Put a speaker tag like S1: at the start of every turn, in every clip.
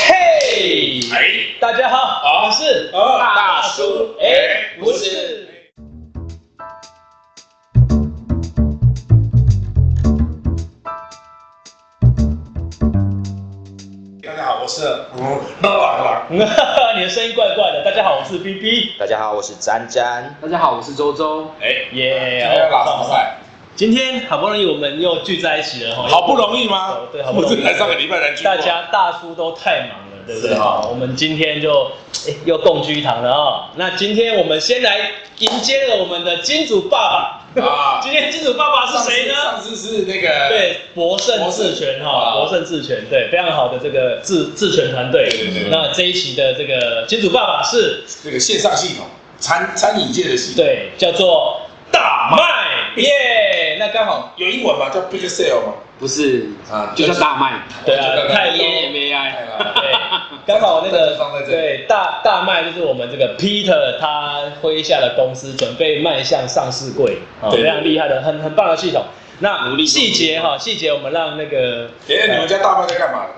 S1: 嘿，
S2: 哎，
S1: 大家好，
S2: 好
S1: 我是呃
S2: 啊
S1: 大叔，哎，不是。
S2: 大家好，我是嗯，那啦
S1: 你的声音怪怪的。大家好，我是 B B，
S3: 大家好，我是詹詹。
S4: 大家好，我是周周。
S2: 哎，
S1: 耶
S2: 今天要打什么赛？
S1: 今天好不容易我们又聚在一起了哈，
S2: 好不容易吗？
S1: 哦对好不容易
S2: 是才上个礼拜才聚过
S1: 大家大叔都太忙了，对不对？
S2: 是啊
S1: 好我们今天就哎又共聚一堂了啊、那今天我们先来迎接了我们的金主爸爸。
S2: 啊
S1: 今天金主爸爸是谁呢？
S2: 上次是那个，
S1: 对，博胜智权哈，
S2: 博
S1: 博
S2: 胜
S1: 胜智权，对，非常好的这个智智权团队
S2: 对对对。
S1: 那这一期的这个金主爸爸是，
S2: 那个线上系统，餐餐饮界的系统，
S1: 对，叫做大麦耶。那刚好，
S2: 有英文吗？叫 Big Sale 吗？
S4: 不是，
S2: 啊
S4: 就叫大麦。
S1: 对
S2: 就
S1: 啊
S2: 叫，大麦
S1: 太
S4: A
S1: 耶。
S4: M A
S2: 哎
S4: I，
S2: 呀
S1: 对，刚好那个
S2: 放在这里
S1: 对大大麦就是我们这个 Peter 他麾下的公司准备迈向上市柜，哦
S2: 对
S1: 非常厉害的，很很棒的系统。那
S4: 努力
S1: 细节哈，细节我们让那个
S2: 哎，你们家大麦在干嘛的？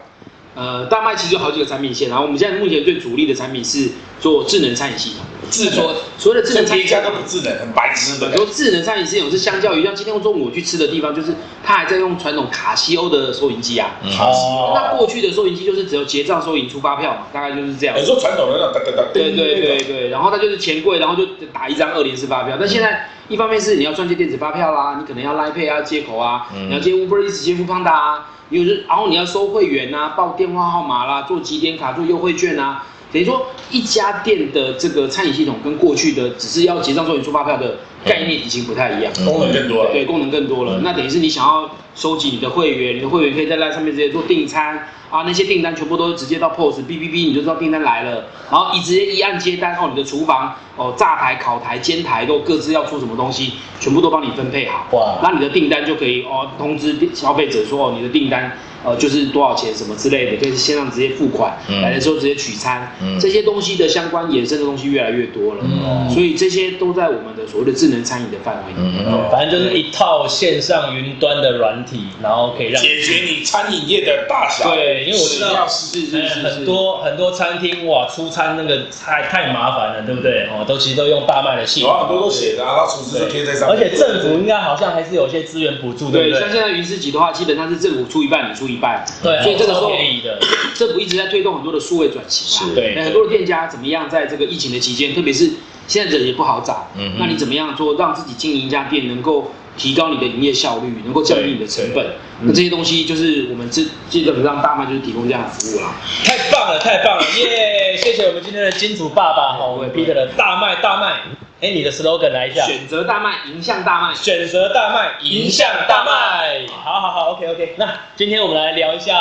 S4: 呃，大麦其实有好几个产品线，然后我们现在目前最主力的产品是做智能餐饮系统。
S2: 智能
S4: 所所谓的智能
S2: 这
S4: 餐
S2: 别
S4: 饮，
S2: 家都不智能，很白痴的
S4: 很。多智能餐饮系统是相较于像今天中午我去吃的地方，就是它还在用传统卡西欧的收银机啊。
S2: 好
S4: 那
S1: 哦
S4: 过去的收银机就是只有结账、收银、出发票嘛，大概就是这样
S2: 有。时候传统的那种哒哒哒，
S4: 对对对对，然后它就是钱柜，然后就打一张二零四发票。但现在一方面是你要赚些电子发票啦，你可能要 Line Pay 啊、接口啊，
S3: 嗯
S4: 你要接 Uber Eats、接 f o o Panda 啊，你有时然后你要收会员啊、报电话号码啦、做几点卡、做优惠券啊。等于说，一家店的这个餐饮系统跟过去的只是要结账收银出发票的概念已经不太一样，
S3: 嗯
S2: 功能更多了。
S4: 对，功能更多了。那等于是你想要收集你的会员，你的会员可以在 Line 上面直接做订餐啊，那些订单全部都直接到 POS B B B，你就知道订单来了，然后一直接一按接单哦，你的厨房哦，炸台、烤台、煎台都各自要出什么东西，全部都帮你分配好。
S1: 哇
S4: 那你的订单就可以哦通知消费者说哦，你的订单呃就是多少钱什么之类的，可以线上直接付款，
S3: 嗯
S4: 来的时候直接取餐，
S3: 嗯
S4: 这些东西的相关衍生的东西越来越多了，
S1: 嗯
S4: 所以这些都在我们的所谓的智能餐饮的范围里面。
S3: 嗯
S1: 嗯反正就是一套线上云端的软体，然后可以让
S2: 解决你餐饮业的大小。
S1: 对因为我知道
S2: 是要啊
S4: 是是
S1: 呃
S4: 是是
S1: 很多很多餐厅哇，出餐那个太太麻烦了，对不对？哦，都其实都用大麦的系
S2: 有
S1: 统，
S2: 啊，很多都写的啊，然后厨师就贴在上
S1: 而
S2: 面。
S1: 且政府应该好像还是有些资源补助，对
S4: 对，
S1: 不
S4: 像
S1: 对？
S4: 现在云自己的话，基本上是政府出一半，你出一半。
S1: 对，啊
S4: 所以这个时
S1: 超
S4: 候
S1: 便宜的，
S4: 政府一直在推动很多的数位转型啊。
S3: 是
S1: 对
S4: 那很多的店家怎么样在这个疫情的期间，特别是现在人也不好找，
S3: 嗯哼
S4: 那你怎么样做让自己经营一家店能够提高你的营业效率，能够降低你的成本？那这些东西就是我们这基本上大麦就是提供这样的服务啦。
S1: 太棒了，太棒了， 耶！谢谢我们今天的金主爸爸哈，我们 Peter 的大麦大麦，哎，你的 slogan 来一下，
S4: 选择大麦，迎向大麦。
S1: 选择大麦，迎向大麦。好好好，OK OK。那今天我们来聊一下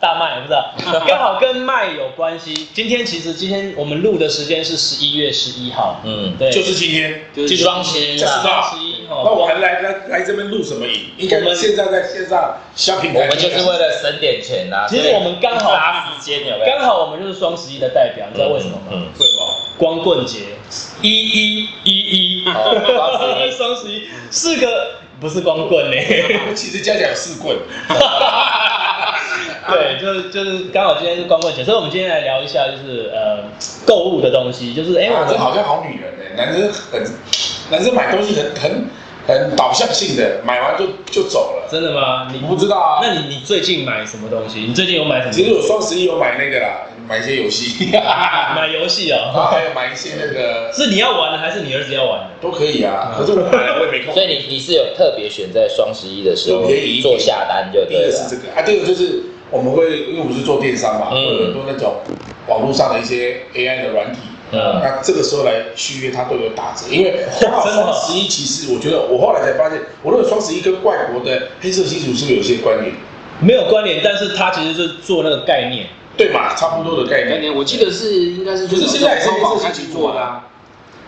S1: 大麦，不是 刚好跟麦有关系。今天其实今天我们录的时间是十一月十一号，
S3: 嗯，
S1: 对，
S2: 就是今天，
S4: 就是
S3: 双十一
S2: 就
S3: 啊
S2: 是那
S1: 十一
S2: 那
S1: 号。
S2: 我还来来来这边录什么影？应该现在在线上 shopping，
S3: 我们就是为了省点钱呐、啊。
S1: 其实我们刚好
S3: 拉时间有没有？
S1: 刚好我们就是双十一的代表，你知道为什么吗？
S3: 嗯，
S2: 为什么？
S1: 光棍节，一一一一，
S3: 哦双十一
S1: 双十一是个不是光棍 呢、
S2: 我们其实加起来有四棍，
S1: 对，就是就是刚好今天是光棍节，所以我们今天来聊一下就是呃购物的东西，就是哎、我
S2: 啊，这
S1: 们
S2: 好像好女人呢。男生很，男生买东西很很很导向性的，买完就就走了。
S1: 真的吗？你
S2: 我不知道啊，
S1: 那你你最近买什么东西？你最近有买什么？
S2: 其实我双十一有买那个啦，买一些 游戏，然
S1: 啊买游戏
S2: 后
S1: 哦，
S2: 还有买一些那个
S1: 是你要玩的还是你儿子要玩的？
S2: 都可以
S1: 啊。
S2: 啊可是我买了我也没空
S3: 所。以你你是有特别选在双十一的时候
S2: 有便宜
S3: 做下单就
S2: 第一
S3: 对
S2: 个
S3: 了
S2: 是。这个啊，第二个就是我们会，因为我们是做电商嘛，
S3: 嗯
S2: 会有很多那种网络上的一些 AI 的软体，
S3: 嗯
S2: 那这个时候来续约它都有打折，因为刚 好
S1: 真的哦
S2: 双十一其实我觉得我后来才发现，我认为双十一跟外国的黑色习俗是不是有些关联？
S1: 没有关联，但是他其实是做那个概念，
S2: 对嘛，差不多的概
S4: 概
S1: 嗯
S2: 念。
S4: 念，我记得是应该是
S2: 可是现在也是
S4: 淘宝
S2: 这些
S4: 开始做的啊。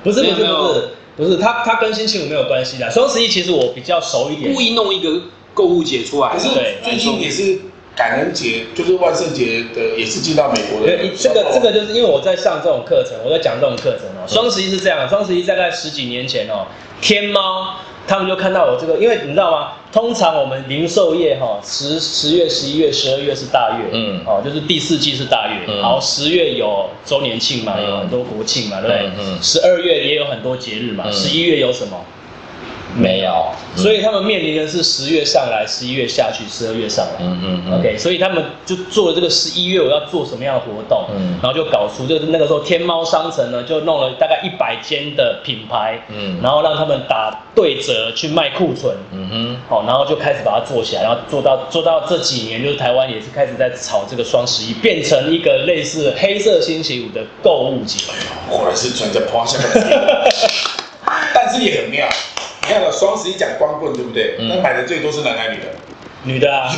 S1: 不是不
S4: 没
S1: 是
S4: 有
S1: 不
S4: 没有
S1: 是不是，他他跟星期五没有关系的。双十一其实我比较熟一点
S4: 故，意弄一个购物节出来。
S2: 可是
S1: 对
S2: 最近也是感恩节，就是万圣节的，也是进到美国的
S1: 对，。这个这个就是因为我在上这种课程，我在讲这种课程
S3: 嗯
S1: 哦。双十一是这样，双十一大概十几年前哦，天猫他们就看到我这个，因为你知道吗？通常我们零售业哈、哦，十十月、十一月、十二月是大月，
S3: 嗯
S1: 哦，就是第四季是大月。
S3: 嗯
S1: 好，十月有周年庆嘛，
S3: 嗯
S1: 有很多国庆嘛，对不对
S3: 嗯？嗯
S1: 十二月也有很多节日嘛，
S3: 嗯
S1: 十一月有什么？
S3: 没有，嗯
S1: 所以他们面临的是十月上来，十一月下去，十二月上来。
S3: 嗯嗯嗯
S1: OK，所以他们就做了这个十一月我要做什么样的活动，
S3: 嗯
S1: 然后就搞出就是那个时候天猫商城呢就弄了大概一百间的品牌，
S3: 嗯
S1: 然后让他们打对折去卖库存，
S3: 嗯哼，
S1: 好，然后就开始把它做起来，然后做到做到这几年，就是台湾也是开始在炒这个双十一，变成一个类似黑色星期五的购物节。
S2: 果然是专家趴下面， 但是也很妙。你看了双十一讲光棍对不对？
S3: 嗯
S2: 那、买的最多是男还女的？
S1: 女的 啊，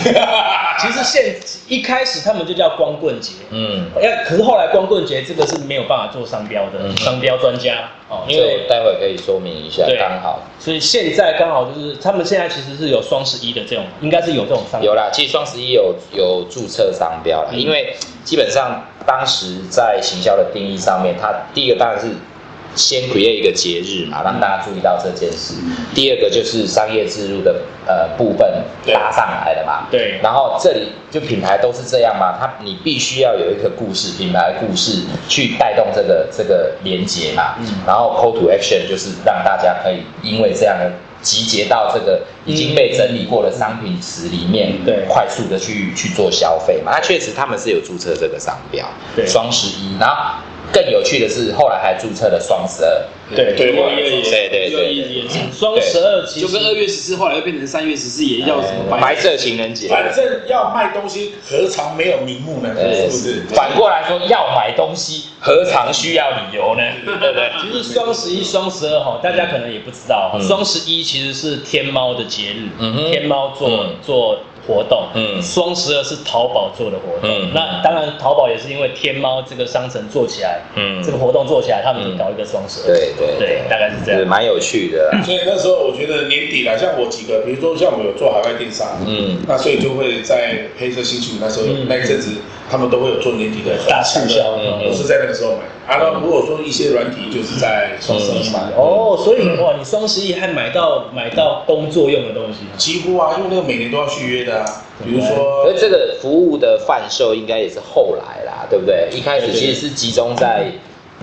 S1: 其实现一开始他们就叫光棍节，
S3: 嗯，
S1: 要可是后来光棍节这个是没有办法做商标的，
S3: 嗯
S1: 商标专家哦，因
S3: 因为
S1: 为
S3: 待会可以说明一下，
S1: 对
S3: 刚好
S1: 所以现在刚好就是他们现在其实是有双十一的这种，应该是有这种商标
S3: 有啦，其实双十一有有注册商标啦，
S1: 嗯
S3: 因为基本上当时在行销的定义上面，它第一个当然是先 create 一个节日
S1: 嗯
S3: 嘛，让大家注意到这件事；第二个就是商业植入的呃部分
S2: 对
S3: 搭上来了嘛。
S1: 对
S3: 然后这里就品牌都是这样嘛，它你必须要有一个故事，品牌的故事去带动这个这个连接嘛。
S1: 嗯
S3: 然后 call to action 就是让大家可以因为这样的集结到这个已经被整理过的商品池里面，
S1: 对
S3: 快速的去去做消费嘛。那确实他们是有注册这个商标，
S1: 对
S3: 双十一，然后更有趣的是后来还注册了双十二，
S1: 对
S2: 对
S4: 又又也
S3: 对对
S4: 又
S3: 对
S4: 也也是，
S1: 双十二其
S4: 就
S1: 实
S4: 跟二月十四后来又变成三月十四，也叫什么
S3: 呃白色情人节。
S2: 反正要卖东西，何尝没有名目呢？
S1: 哎
S2: 是
S3: 呃
S2: 不是？，
S3: 反过来说，要买东西何尝需要理由呢？对不对？
S1: 其实双十一、双十二哈，大家可能也不知道哈，
S3: 嗯
S1: 双十一其实是天猫的节日，
S3: 嗯哼
S1: 天猫做、
S3: 嗯
S1: 做活动，
S3: 嗯
S1: 双十二是淘宝做的活动，
S3: 嗯
S1: 那当然淘宝也是因为天猫这个商城做起来，
S3: 嗯
S1: 这个活动做起来，他们就搞一个双十二，
S3: 对对
S1: 对，大概是这
S3: 是
S1: 样，
S3: 蛮有趣的啊啦。
S2: 所以那时候我觉得年底了，像我几个，比如说像我有做海外电商，
S3: 嗯
S2: 那所以就会在黑色星期五那时候、
S1: 嗯
S2: 那一阵子，他们都会有做年底的
S1: 大促销嗯
S3: 嗯
S2: 我是在那个时候买。啊，那如果说一些软体就是在双十一买，
S3: 嗯
S1: 哦，所以哇，你双十一还买到买到工作用的东西，
S2: 几乎啊，因为那个每年都要续约的啊，比如说
S3: 而这个服务的贩售应该也是后来啦，对不对？一开始其实是集中在，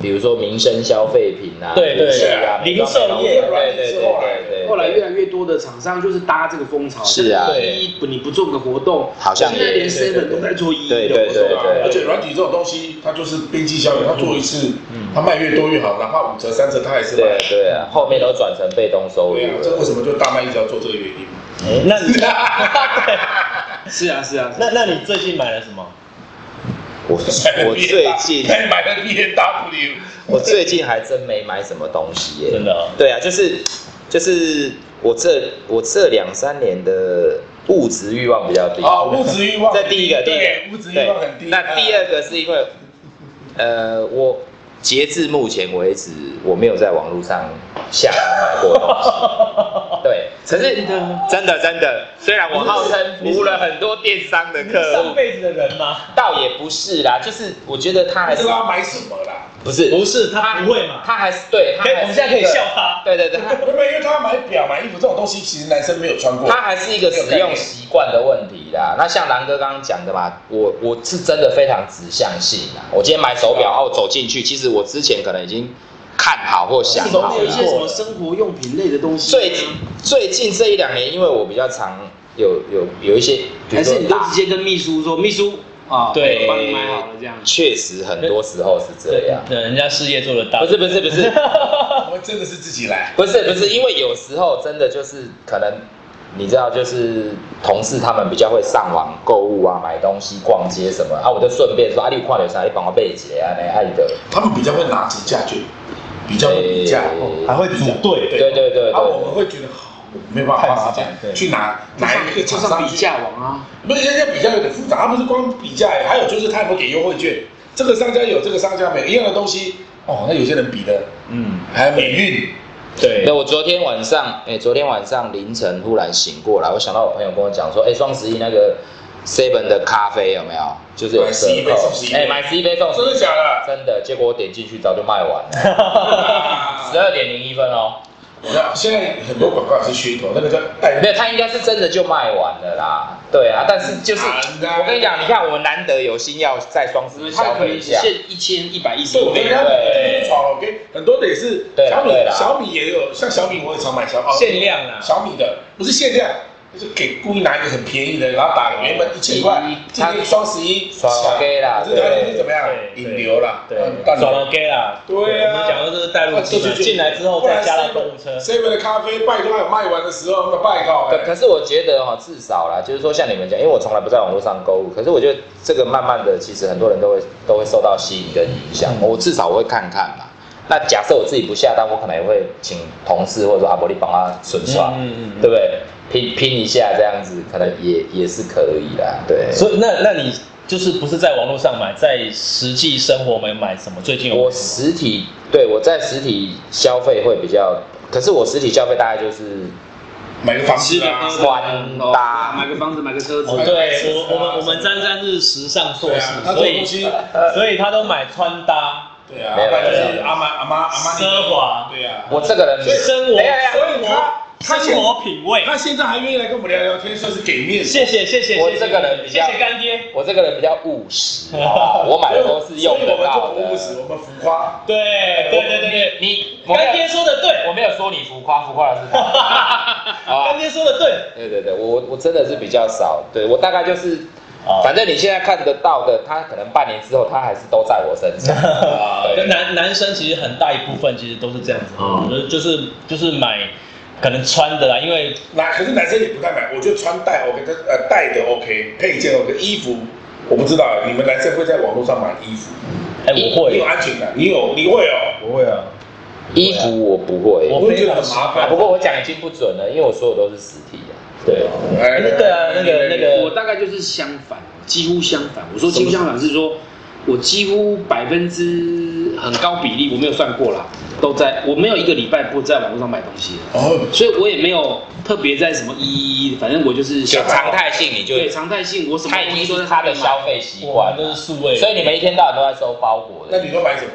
S3: 比如说民生消费品啊，
S1: 对对
S3: 服饰啊，
S1: 对零售业
S3: 对对对对对，
S4: 后来越来越多的厂商就是搭这个风潮，
S3: 是啊
S4: 一一不你不做个活动，
S3: 好像
S4: 现在连
S1: 对对
S4: seven
S1: 对
S4: 都在做一一的
S3: 对
S4: 活
S3: 对
S4: 动，
S3: 对对对
S2: 啊而且软体这种东西，它就是边际效应，它做一次，
S3: 嗯
S2: 它卖越多越好，哪怕五折三折，它还是卖
S3: 对。对啊，后面都转成被动收入
S2: 对啊，这
S3: 了
S2: 为。什么就大卖一直要做这个原因？
S1: 那你
S4: 是啊是啊，
S1: 那那你最近买了什 么？
S3: 我 我最近
S2: 买了 B N W，
S3: 我最近还真没买什么东西耶，
S1: 真的哦
S3: 对啊，就是就是我这我这两三年的物质欲望比较低
S2: 啊，物质欲望
S3: 这
S2: 很低，
S3: 第一个，第一
S2: 对
S3: 个
S2: 物质欲望很低。嗯
S3: 对那第二
S1: 嗯
S3: 个是因为，呃，我截至目前为止，我没有在网络上下单买过东 西。对，可是真的真的，虽然我号称服务了很多电商的客
S1: 上
S3: 户，
S1: 辈子的人吗？
S3: 倒也不是啦，就是我觉得他
S2: 还
S3: 还
S2: 是
S3: 是
S2: 要买什么啦？
S3: 不是
S1: 不是，他不会嘛？
S3: 他还是对，他
S1: 可以，
S3: 还是
S1: 我们现在可以
S3: 一个
S1: 笑。他。
S3: 对对对，他
S2: 对不对？因为他买表、买衣服这种东西，其实男生没有 穿过。
S3: 它还是一个使用习惯的问题啦。那像南哥刚刚讲的嘛，我我是真的非常指向性啦。我今天买手表，然后走进去，其实我之前可能已经看好或想
S4: 总
S3: 好
S4: 有一些
S3: 了。
S4: 什么生活用品类的东西，
S3: 最最近这一两年，因为我比较常有有有一些，比
S4: 还
S3: 如说
S4: 是你就直接跟秘书说，秘书啊，
S1: 对
S4: 我帮你买好了这样。
S3: 确实很多时候是这样。
S1: 对，人家事业做得大。
S3: 不是不是不 是
S2: 我们真的是自己来。
S3: 不是不是，因为有时候真的就是可能。你知道，就是同事他们比较会上网购物啊，买东西、逛街什么啊，我就顺便说，啊，你有看到啥，你帮我备一下啊，那爱的。
S2: 他们比较会拿折价券，比较会哦比价，
S3: 对
S1: 还会组队
S3: 对对对
S2: 啊，我
S3: 对
S2: 们会觉得好，我没办
S1: 太
S2: 法花时
S1: 麻烦对
S2: 间去拿拿一个
S4: 就
S2: 厂
S4: 上
S2: 商
S4: 比，价网啊，
S2: 不是人家比较有点复杂，他不是光比价，还有就是他有没有给优惠券，这个商家有，这个商家没有，一样的东西，哦，那有些人比的
S1: 嗯，
S2: 还有美运，
S1: 对
S3: 那。我昨天晚上，哎、昨天晚上凌晨忽然醒过来，我想到我朋友跟我讲说，哎、双十一那个 Seven 的咖啡有没有？就是有
S2: 买11杯送11杯
S3: 哎、买十一杯送11杯
S2: 真的假的？
S3: 真的，结果我点进去早就卖完了，十二点零一分哦。
S2: 我知道现在很多广告也是噱头，那个叫哎
S3: 没有，他应该是真的就卖完了啦。对啊，但是就是
S2: 难啊
S3: 我跟你讲，你看我难得有心要在双十一
S4: 他
S3: 消
S4: 可
S3: 费
S4: 能
S3: 一
S4: 只
S3: 下，
S4: 限一千一百一十
S2: 对，
S4: 五
S2: 我跟你。
S4: 倍
S2: 讲，
S3: 对
S2: 就是炒 OK，很多的也是
S3: 对啦
S2: 小米
S3: 对，啦
S2: 小米也有，像小米我也常买小哦
S1: 限量啦
S2: 小米的不是限量，就是给故意拿一个很便宜的，然后打个原本一千块，
S1: 哦
S2: 今
S3: 它
S2: 天双十一
S3: 爽 OK 啦
S2: 这条件
S3: 对
S2: 是怎么样？
S1: 对
S2: 引流啦，
S1: 对
S2: 嗯，断
S1: 转
S2: 流。
S1: 了 gay 啦。
S2: 对啊
S1: 我们讲的就是带入机嘛，进来之后再加到购物车。
S2: seven 的咖啡，拜托还有卖完的时候，那么拜告
S3: 可可
S2: 哎，
S3: 是我觉得哈，至少啦，就是说像你们讲，因为我从来不在网络上购物，可是我觉得这个慢慢的，其实很多人都会都会受到吸引跟影响。
S1: 嗯
S3: 我至少我会看看嘛。那假设我自己不下单，我可能也会请同事或者说阿伯利帮他顺刷，
S1: 嗯嗯嗯
S3: 对不对？拼拼一下这样子，可能也也是可以啦，对。
S1: 所以那那你就是不是在网络上买，在实际生活没买什么？最近有
S3: 我实体对我在实体消费会比较，可是我实体消费大概就是
S2: 买个房
S4: 吃
S2: 子
S4: 的
S2: 啊
S4: 喝，的
S3: 穿
S4: 哦
S3: 搭
S4: 买个房子，买个车子
S1: 哦，，对我我们我们詹詹是时尚硕
S2: 对
S1: 士
S2: 啊，，他
S1: 所
S2: 做东
S1: 以
S2: 西，
S1: 所以他都买穿搭、
S2: 对啊，
S3: 没有
S2: 不然就
S3: 没
S2: 是
S3: 有
S2: 阿妈阿妈阿妈那
S1: 奢
S2: 个，
S1: 华、
S2: 对啊，
S3: 我这个人哎
S1: 生活
S3: 等一下
S2: 所以他他
S1: 生
S2: 现
S1: 活品味。
S2: 他现在还愿意来跟我们聊聊天，算是给面子。
S1: 谢谢谢谢，
S3: 我
S1: 谢谢
S3: 这个人比较
S1: 谢谢干爹。
S3: 我这个人比较务实，好不好我买的都是用得
S2: 所以我
S3: 到
S2: 们就不务
S3: 的。
S2: 实，我们浮夸。
S1: 对对对对对，
S3: 你我没
S1: 干爹
S3: 有，
S1: 说的对，
S3: 我没有说你浮夸，浮夸的是他。好吧
S1: 干爹说的对。
S3: 对对对，我我真的是比较少，对我大概就是
S1: 哦，
S3: 啊反正你现在看得到的，他可能半年之后，他还是都在我身上。对
S1: 男男生其实很大一部分其实都是这样子，
S3: 嗯
S1: 就是就是就是买可能穿的啦，因为
S2: 那可是男生也不太买，我觉得穿戴 OK，但是呃戴的 OK，配件 OK，衣服我不知道，你们男生会在网络上买衣服？
S1: 哎我
S2: 你
S1: 会
S2: 有，安全感，你有你会哦？
S1: 我会啊，
S3: 衣服我不会，
S1: 我
S2: 我会觉得很麻
S3: 啊
S2: 烦。
S3: 不过我讲已经不准了，因为我说的都是实体的。对，
S2: 哎
S1: 那个啊那个那个
S4: 我大概就是相反，几乎相反。我说几乎相反是说，我几乎百分之很高比例，我没有算过啦，都在，我没有一个礼拜不在网络上买东西的，
S2: 哦，
S4: 所以我也没有特别在什么一一，反正我就是
S3: 就
S4: 想
S3: 常态性你就
S4: 对常态性，我什么
S3: 他已
S4: 东
S3: 经
S4: 西都
S3: 是
S4: 在
S3: 他的
S4: 上面买
S3: 消费习
S1: 我
S3: 惯
S1: 们都
S3: 了
S1: 是，数位，
S3: 所以你们一天到晚都在收包裹
S2: 那
S3: 的。
S2: 你都买什么？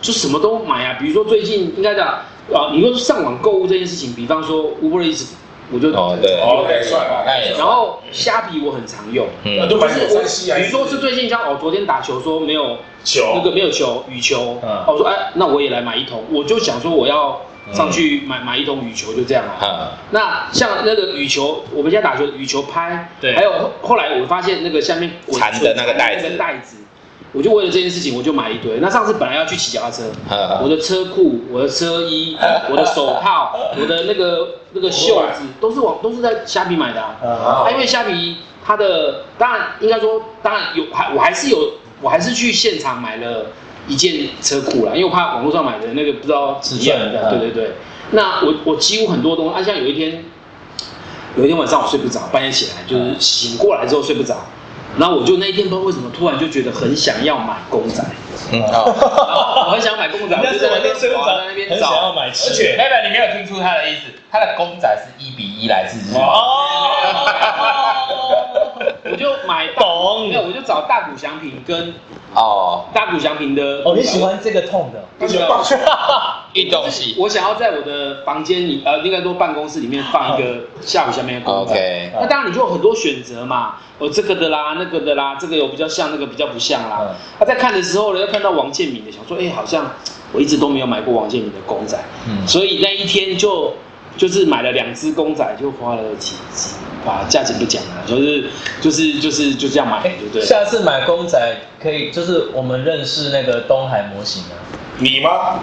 S4: 就什么都买啊，比如说最近应该讲啊，你说上网购物这件事情，比方说 Uber Eats，我就
S3: 哦，对，
S2: 哦那也算吧
S3: 那也
S4: 然
S3: 算。
S4: 后虾皮我很常用，
S2: 那
S3: 嗯
S2: 都
S4: 不
S2: 买
S4: 是
S2: 什么
S4: 我
S2: 山西啊？哦
S4: 比如说是最近像哦我昨天打球说没有
S2: 球
S4: 那个没有球羽球，
S1: 嗯
S4: 啊我说哎，那我也来买一桶，我就想说我要上去买买一桶羽球，就这样啊。
S3: 嗯
S4: 那像那个羽球，我们现在打球羽球拍，
S1: 对
S4: 还有后后来我发现那个下面滚
S3: 缠的那个袋子
S4: 那个袋子，我就为了这件事情我就买一堆。那上次本来要去骑脚踏车，
S3: 嗯
S4: 我的车库、我的车 衣、我的手套、我的那个那个袖子，都是往都是在虾皮买的啊。
S1: 啊
S4: 啊，因为虾皮它的当然应该说，当然有还我还是有，我还是去现场买了一件车库啦，因为我怕网络上买的那个不知道
S1: 尺
S4: 怎么样
S1: 寸嗯
S4: 对对对。那我我几乎很多东西，啊，像有一天有一天晚上我睡不着，半夜起来
S1: 嗯
S4: 就是醒过来之后睡不着，然后我就那一天不知道为什么突然就觉得很想要买 公仔，
S3: 嗯，好。
S4: 然后我很想买公仔，
S1: 人
S4: 我
S1: 家
S4: 就
S1: 是
S4: 在那
S1: 晚
S4: 边
S1: 上睡不
S4: 找
S1: 着
S4: 在那，边
S1: 很想要
S4: 找，
S1: 买吃的，
S3: 而且 Evan，你没有听出他的意思，他的公仔是一比一来自日本。
S1: 哦，
S4: 我就买大
S1: 懂
S4: 没有我就找大谷翔平跟
S3: 哦，
S4: 大谷翔平的
S1: 哦，你喜欢这个痛的？
S2: 那喜欢棒球，
S3: 运动系。
S4: 我想要在我的房间里，呃，应该说办公室里面放一个下午下面的功课。
S3: OK
S4: 那当然你就有很多选择嘛，哦这个的啦，那个的啦，这个有比较像，那个比较不像啦。
S1: 嗯
S4: 他、在看的时候呢，又看到王建民的，想说，哎、好像我一直都没有买过王建民的公仔，
S3: 嗯
S4: 所以那一天就就是买了两只公仔，就花了几几，把价钱不讲了，就是就是就是就这样买，对不对？
S1: 下次买公仔可以，就是我们认识那个东海模型啊。
S2: 你吗？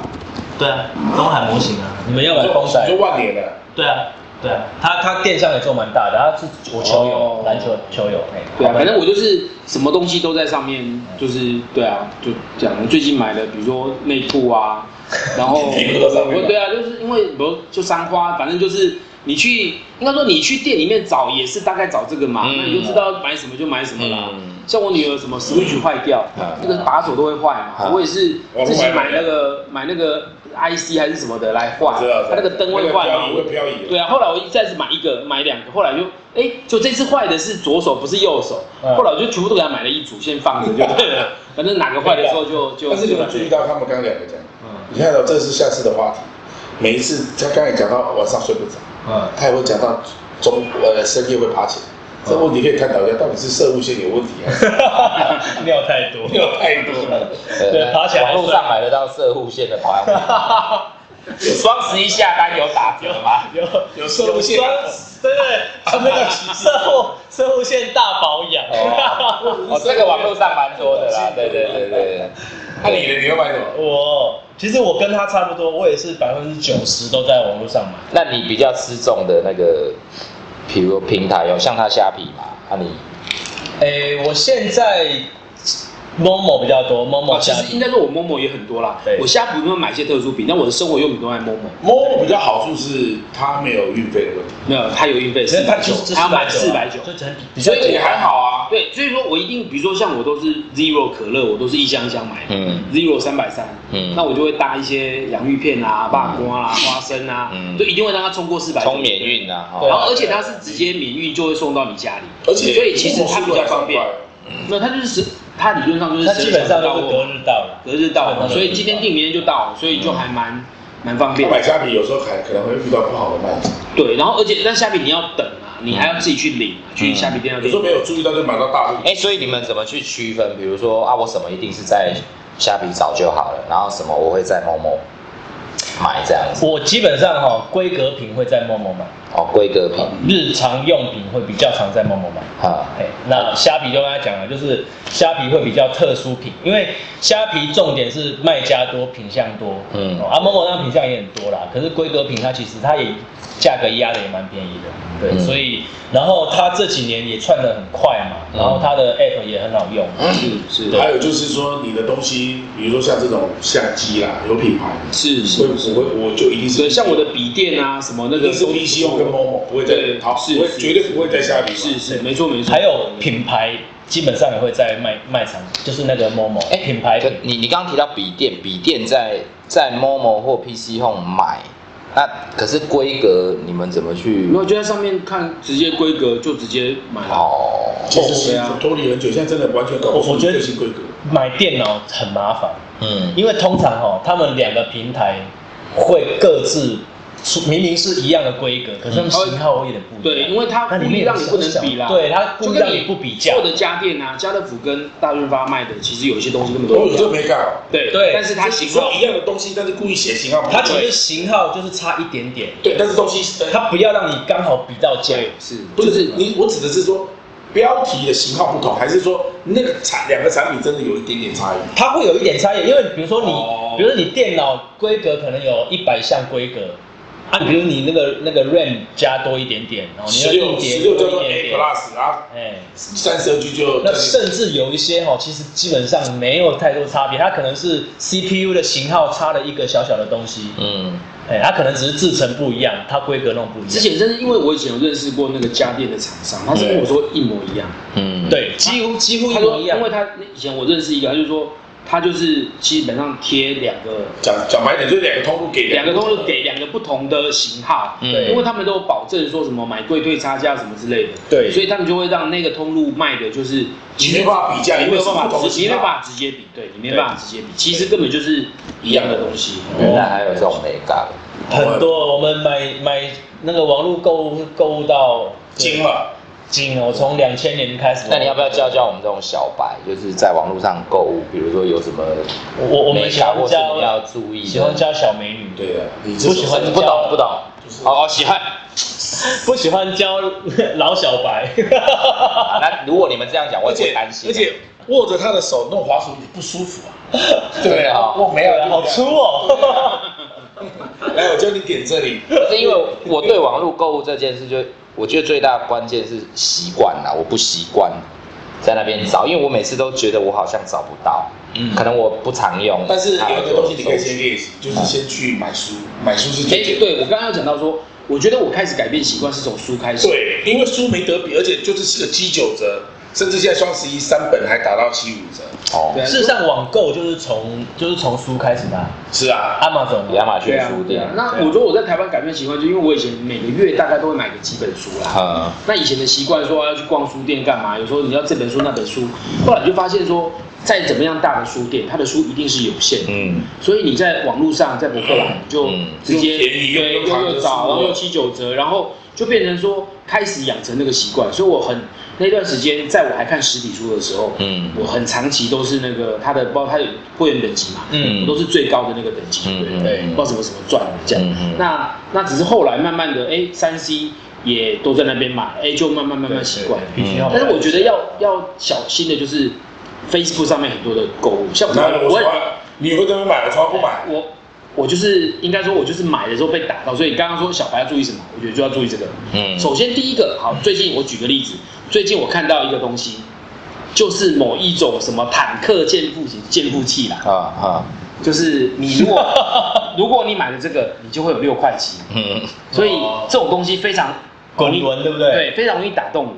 S1: 对啊，东海模型啊，你们要买公仔？
S2: 你就万年了。
S1: 对啊，对啊，他他电商也做蛮大的，他是我球
S4: 哦
S1: 友，篮球球友，哎，
S4: 对啊，反正我就是什么东西都在上面，就是对啊，就讲最近买的，比如说内 裤啊，然后
S2: 内裤都上面买
S4: 我对啊，就是因为比如就三花，反正就是你去，应该说你去店里面找也是大概找这个嘛，
S3: 嗯
S4: 那你就知道买什么就买什么啦。
S3: 嗯
S4: 像我女儿什么 Switch 坏掉
S3: 嗯，
S4: 那个把手都会坏嘛，
S3: 嗯
S4: 我也是
S2: 网
S4: 自
S2: 络
S4: 己
S2: 买的
S4: 买那个买那个 IC 还是什么的来换
S2: 知道，
S4: 它那个灯会坏嘛
S2: 那个漂移，会漂移
S4: 对啊，后来我一再是买一个，买两个，后来就哎、就这次坏的是左手，不是右手。
S1: 嗯
S4: 后来我就哎全部都给他买了一组，先放着就对了。反正哪个坏的时候就就
S2: 啊但是你
S4: 就
S2: 们注意到他们刚刚两个讲，
S1: 嗯
S2: 你看到这是下次的话题。每一次他刚才讲到晚上睡不着，
S1: 嗯，
S2: 他也会讲到中呃深夜会爬起来，这
S1: 嗯
S2: 问题可以探讨一下，到底是射物线有问题 还是
S1: 尿太多，
S2: 尿太多了？
S1: 对爬起来
S3: 呃网络上买得到射护线的保 养品。双十一下单有打折吗？
S1: 有
S2: 有射物线
S1: 有双 对对，
S2: 啊
S1: 那
S2: 那
S1: 个
S2: 个
S1: 射后射后线大保养，
S3: 哦，哦这个网络上蛮多的啦，对对对对
S2: 那你呢？你会买什么？
S1: 我其实我跟他差不多，我也是百分之九十都在网络上买。
S3: 那你比较失重的那个，比如平台有像他虾皮嘛？那你
S4: 哦
S1: 诶、哎我现在 Momo 比较多，Momo
S4: 啊其
S1: 家
S4: 实应该说，我某某也很多啦
S1: 对。
S4: 我虾皮会买一些特殊品，但我的生活用品都在某某。
S2: 某比较好处是它没有运费的问题，
S4: 没有，它有运费
S1: 其实
S4: 四
S1: 它
S4: 百
S1: 就
S4: 九
S1: 是，这
S4: 它要买四
S1: 490
S4: 百
S1: 啊
S4: 九。
S1: 就很比较
S2: 所以也还好啊。
S4: 对，所以说我一定，比如说像我都是 Zero 可乐，我都是一箱一箱买的。
S3: 嗯
S4: Zero 三百三，
S3: 嗯
S4: 那我就会搭一些洋芋片啊、霸瓜啊、花生啊，
S3: 嗯
S4: 就一定会让它冲过四百。
S3: 充免。运啊，
S1: 对
S4: 然
S3: 哈，
S4: 后而且它是直接免运就会送到你家里，
S2: 而且
S4: 所以其实它比较方便
S2: 如果。
S4: 没有，它就是十，它理论上就是
S1: 它
S4: 十
S1: 基
S4: 二
S1: 本上
S4: 小
S1: 都是
S4: 时到
S1: 隔
S4: 货，
S1: 日到了。
S4: 隔日到货，
S1: 对
S4: 所以今天订明天就到，所以就还蛮蛮方
S2: 他
S4: 便。
S2: 买虾皮有时候还可能会遇到不好的卖家，
S4: 对，然后而且但虾皮你要等啊，你还要自己去领啊，去虾皮店要
S2: 有
S4: 领
S2: 时。候没有注意到就买到大陆。
S3: 哎，所以你们怎么去区分？比如说啊，我什么一定是在虾皮找就好了，然后什么我会在某某买这样子，
S1: 我基本上哈、规格品会在 Momo 买，
S3: 哦，规格品
S1: 日常用品会比较常在 Momo 买。
S3: 啊，
S1: 哎，那虾皮就刚才讲了，就是虾皮会比较特殊品，因为虾皮重点是卖家多，品相多，
S3: 嗯
S1: 嗯，啊，某某当然品相也很多啦，可是规格品它其实它也价格压的也蛮便宜的，对，
S3: 嗯
S1: 所以然后它这几年也窜的很快嘛，然后它的 app 也很好用，
S4: 是是
S2: 还有就是说你的东西，比如说像这种相机啦，有品牌，
S4: 是是
S2: 我。我会我就一定
S4: 所以
S2: 是
S4: 像我的笔电啊，什么那
S2: 一
S4: 个
S2: 定是 VC 用跟 MOMO，不会在
S4: 对
S2: 淘，
S4: 是
S2: 不会
S4: 是
S2: 绝对不会在虾皮买。
S4: 是是，没错没错。
S1: 还有品牌基本上也会在卖卖场，就是那个某某，哎，品牌
S3: 可你你刚刚提到笔电，笔电在在 Momo 或 PC Home 买，那可是规格你们怎么去
S4: 没？有就在上面看，直接规格就直接买了。
S3: 哦，
S2: 其实
S4: 对
S2: 是
S4: 啊
S2: 脱离很久，现在真的完全搞不
S1: 我
S2: 出
S1: 我觉得
S2: 最新规格。
S1: 买电脑很麻烦，
S3: 嗯，
S1: 因为通常哦，他们两个平台会各自出，明明是一样的规格，可是他们型号会有点不一
S4: 嗯对，
S1: 样。
S4: 因为它
S1: 那
S4: 故
S1: 里
S4: 意
S1: 面有
S4: 让你不能比啦，
S1: 小对它故意让你不比较
S4: 就跟你做的家电啊，家乐福跟大润发卖的，其实有一些东西根本都
S2: 我
S4: 不
S2: 哦有
S4: 一
S2: 这
S4: 样。
S2: 没搞，
S4: 对
S1: 对
S4: 但是它
S2: 你
S4: 型
S2: 说
S4: 号
S2: 一样的东西，但是故意写型号不
S1: 它
S2: 对，
S1: 其实型号就是差一点点，
S2: 对，但是东西呃
S1: 它不要让你刚好比到价。
S4: 对是
S2: 不是你，我指的是说标题的型号不同，还是说那个产两个产品真的有一点点差异？
S1: 它会有一点差异，因为比如说你，
S4: 哦
S1: 比如说你电脑规格可能有一百项规格啊，比如你那个那个 RAM 加多一点点，然后你
S2: 十
S1: 要硬
S2: 六
S1: 碟
S2: 十六
S1: 多
S2: 叫
S1: 一
S2: 做
S1: 点
S2: A
S1: 点，
S2: plus 啊，
S1: 哎，
S2: 三十二 G 就
S1: 那甚至有一些哈、哦，其实基本上没有太多差别，它可能是 CPU 的型号差了一个小小的东西，
S3: 嗯，
S1: 哎，它可能只是制成不一样，它规格弄不一样。
S4: 之前真是因为我以前有认识过那个家电的厂商，他是跟我说一模一样。
S3: 嗯，，
S1: 对几乎几乎一
S4: 他说，
S1: 模一样
S4: 因为，他以前我认识一个，他就说他就是基本上贴两个
S2: 讲讲白点，就是两个通路给
S4: 两个都是给两个不同的型号，
S3: 嗯
S4: 对，因为他们都有保证说什么买贵退差价什么之类的，
S1: 对
S4: 所以他们就会让那个通路卖的就是
S2: 你没办法比价，
S4: 你
S2: 因
S4: 没
S2: 为
S4: 有
S2: 是
S4: 办
S2: 不同
S4: 法
S2: 的
S4: 直，你
S2: 型
S4: 没办
S2: 号。
S4: 法直接比，对你没办法直接比，其实根本就是一样的东西。
S3: 原来还有这种美感。
S1: 很多我们买买那个网络购物购物到
S2: 精了，
S1: 精，我从两千年开始，
S3: 那你要不要教教我们这种小白，就是在网络上购物，比如说有什么
S1: 我我我们
S3: 美
S1: 喜欢
S3: 感或是你要
S1: 教
S3: 注意的？
S1: 喜欢教小美女，
S2: 对的，你
S1: 不喜欢
S3: 不懂不懂
S2: 就是，
S3: 哦哦喜欢。
S1: 不喜欢教老小白，
S3: 啊那如果你们这样讲，我
S2: 而
S3: 也会
S2: 且
S3: 担心。啊
S2: 而且握着他的手弄滑鼠不舒服啊，
S3: 对啊
S2: 我没有
S1: 对啊好粗哦。
S2: 来，我教你点这里，
S3: 不是因为我对网络购物这件事就，我觉得最大的关键是习惯啦，我不习惯在那边找，因为我每次都觉得我好像找不到，
S1: 嗯
S3: 可能我不常用。
S2: 但是有一个东西你可以
S3: 先
S2: 先练习，就是先去买书，买书是最
S4: 哎，
S2: 简单。
S4: 对我刚刚有讲到说，我觉得我开始改变习惯是从书开始，
S2: 对，因为书没得比，而且就是是个积久者，甚至现在双十一三本还打到七五折。
S3: 哦，
S4: 对啊
S1: 事实上，网购就是从就是从书开始的啊
S2: 是啊，
S1: ，Amazon
S3: 亚马逊
S4: 对啊
S3: 书，
S4: 对
S3: 店
S4: 啊。，那我觉得我在台湾改变习惯，就因为我以前每个月大概都会买个几本书啦。
S2: 啊
S3: 嗯，
S4: 那以前的习惯说要去逛书店干嘛？有时候你要这本书那本书，后来就发现说，再怎么样大的书店，它的书一定是有限的。
S3: 嗯，
S4: 所以你在网络上，在博客来你就
S3: 嗯
S4: 直接
S2: 又便宜又
S4: 对
S2: 又
S4: 又
S2: 好的
S4: 又找，
S2: 书
S4: 然后又七九折，然后就变成说开始养成那个习惯。所以我很那段时间，在我还看实体书的时候，
S3: 嗯
S4: 我很长期都是那个它的，包括它有会员等级嘛，
S1: 嗯
S4: 我都是最高的那个等级，
S3: 嗯
S4: 对
S3: 嗯
S4: 对，
S3: 嗯
S4: 不知道什么什么赚这样
S3: 嗯嗯。
S4: 那那只是后来慢慢的，哎，三 C 也都在那边买，哎，就慢慢慢慢习惯。
S1: 必须要。
S4: 但是我觉得要要小心的，就是 Facebook 上面很多的购物，像我
S2: 那我
S4: 我
S2: 从
S4: 很
S2: 来你会跟他买，我从来不买。
S4: 我我就是应该说，我就是买的时候被打到，所以刚刚说小白要注意什么，我觉得就要注意这个。
S3: 嗯
S4: 首先第一个，好，最近我举个例子，最近我看到一个东西，就是某一种什么坦克健步型健步器啦，
S3: 啊啊，
S4: 就是你如果如果你买了这个，你就会有六块七，
S3: 嗯，
S4: 所以
S1: 哦
S4: 这种东西非常容易
S1: 滚轮对不对
S4: 对，非常容易打动我，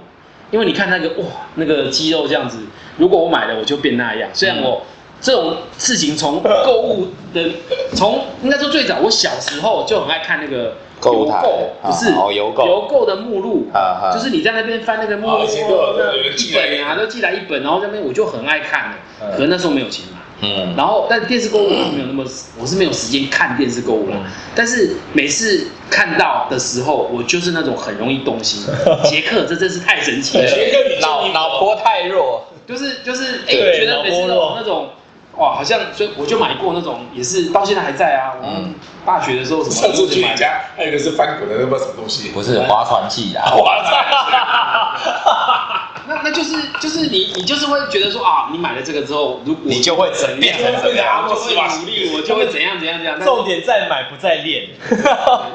S4: 因为你看那个哇，那个肌肉这样子，如果我买了，我就变那样。虽然我、
S3: 嗯
S4: 这种事情从购物的，从应该说最早我小时候就很爱看那个
S3: 购物
S4: 邮
S3: 台
S4: 购，
S3: 啊
S4: 不是
S3: 哦邮购
S4: 邮购的目录
S3: 啊啊
S4: 就是你在那边翻那个目录，
S2: 啊以前都有
S4: 那
S2: 有人
S4: 一
S2: 寄来
S4: 本啊，都寄来一本，然后在那边我就很爱看的，可能那时候没有钱买。
S3: 嗯
S4: 然后，但电视购物我是没有那么，我是没有时间看电视购物啦。但是每次看到的时候，我就是那种很容易动心。杰克，这真是太神奇了，
S2: 杰克，你
S3: 脑脑
S2: 婆
S3: 波太弱，
S4: 就是就是，哎、
S1: 对
S4: 觉得每次那
S1: 脑波弱
S4: 种那种，哇，好像所以我就买过那种，也是到现在还在啊。我们大学的时候什么
S2: 上次去
S4: 买
S2: 你家，还有一个是翻滚的，那不知道什么东西。
S3: 不是划船器啦，
S2: 哇塞！
S4: 那那就是就是你你就是会觉得说啊，你买了这个之后，如果
S3: 你就会怎变成怎样？
S4: 我就会努力，我就会怎样怎样怎样。但是
S1: 重点在买不在练，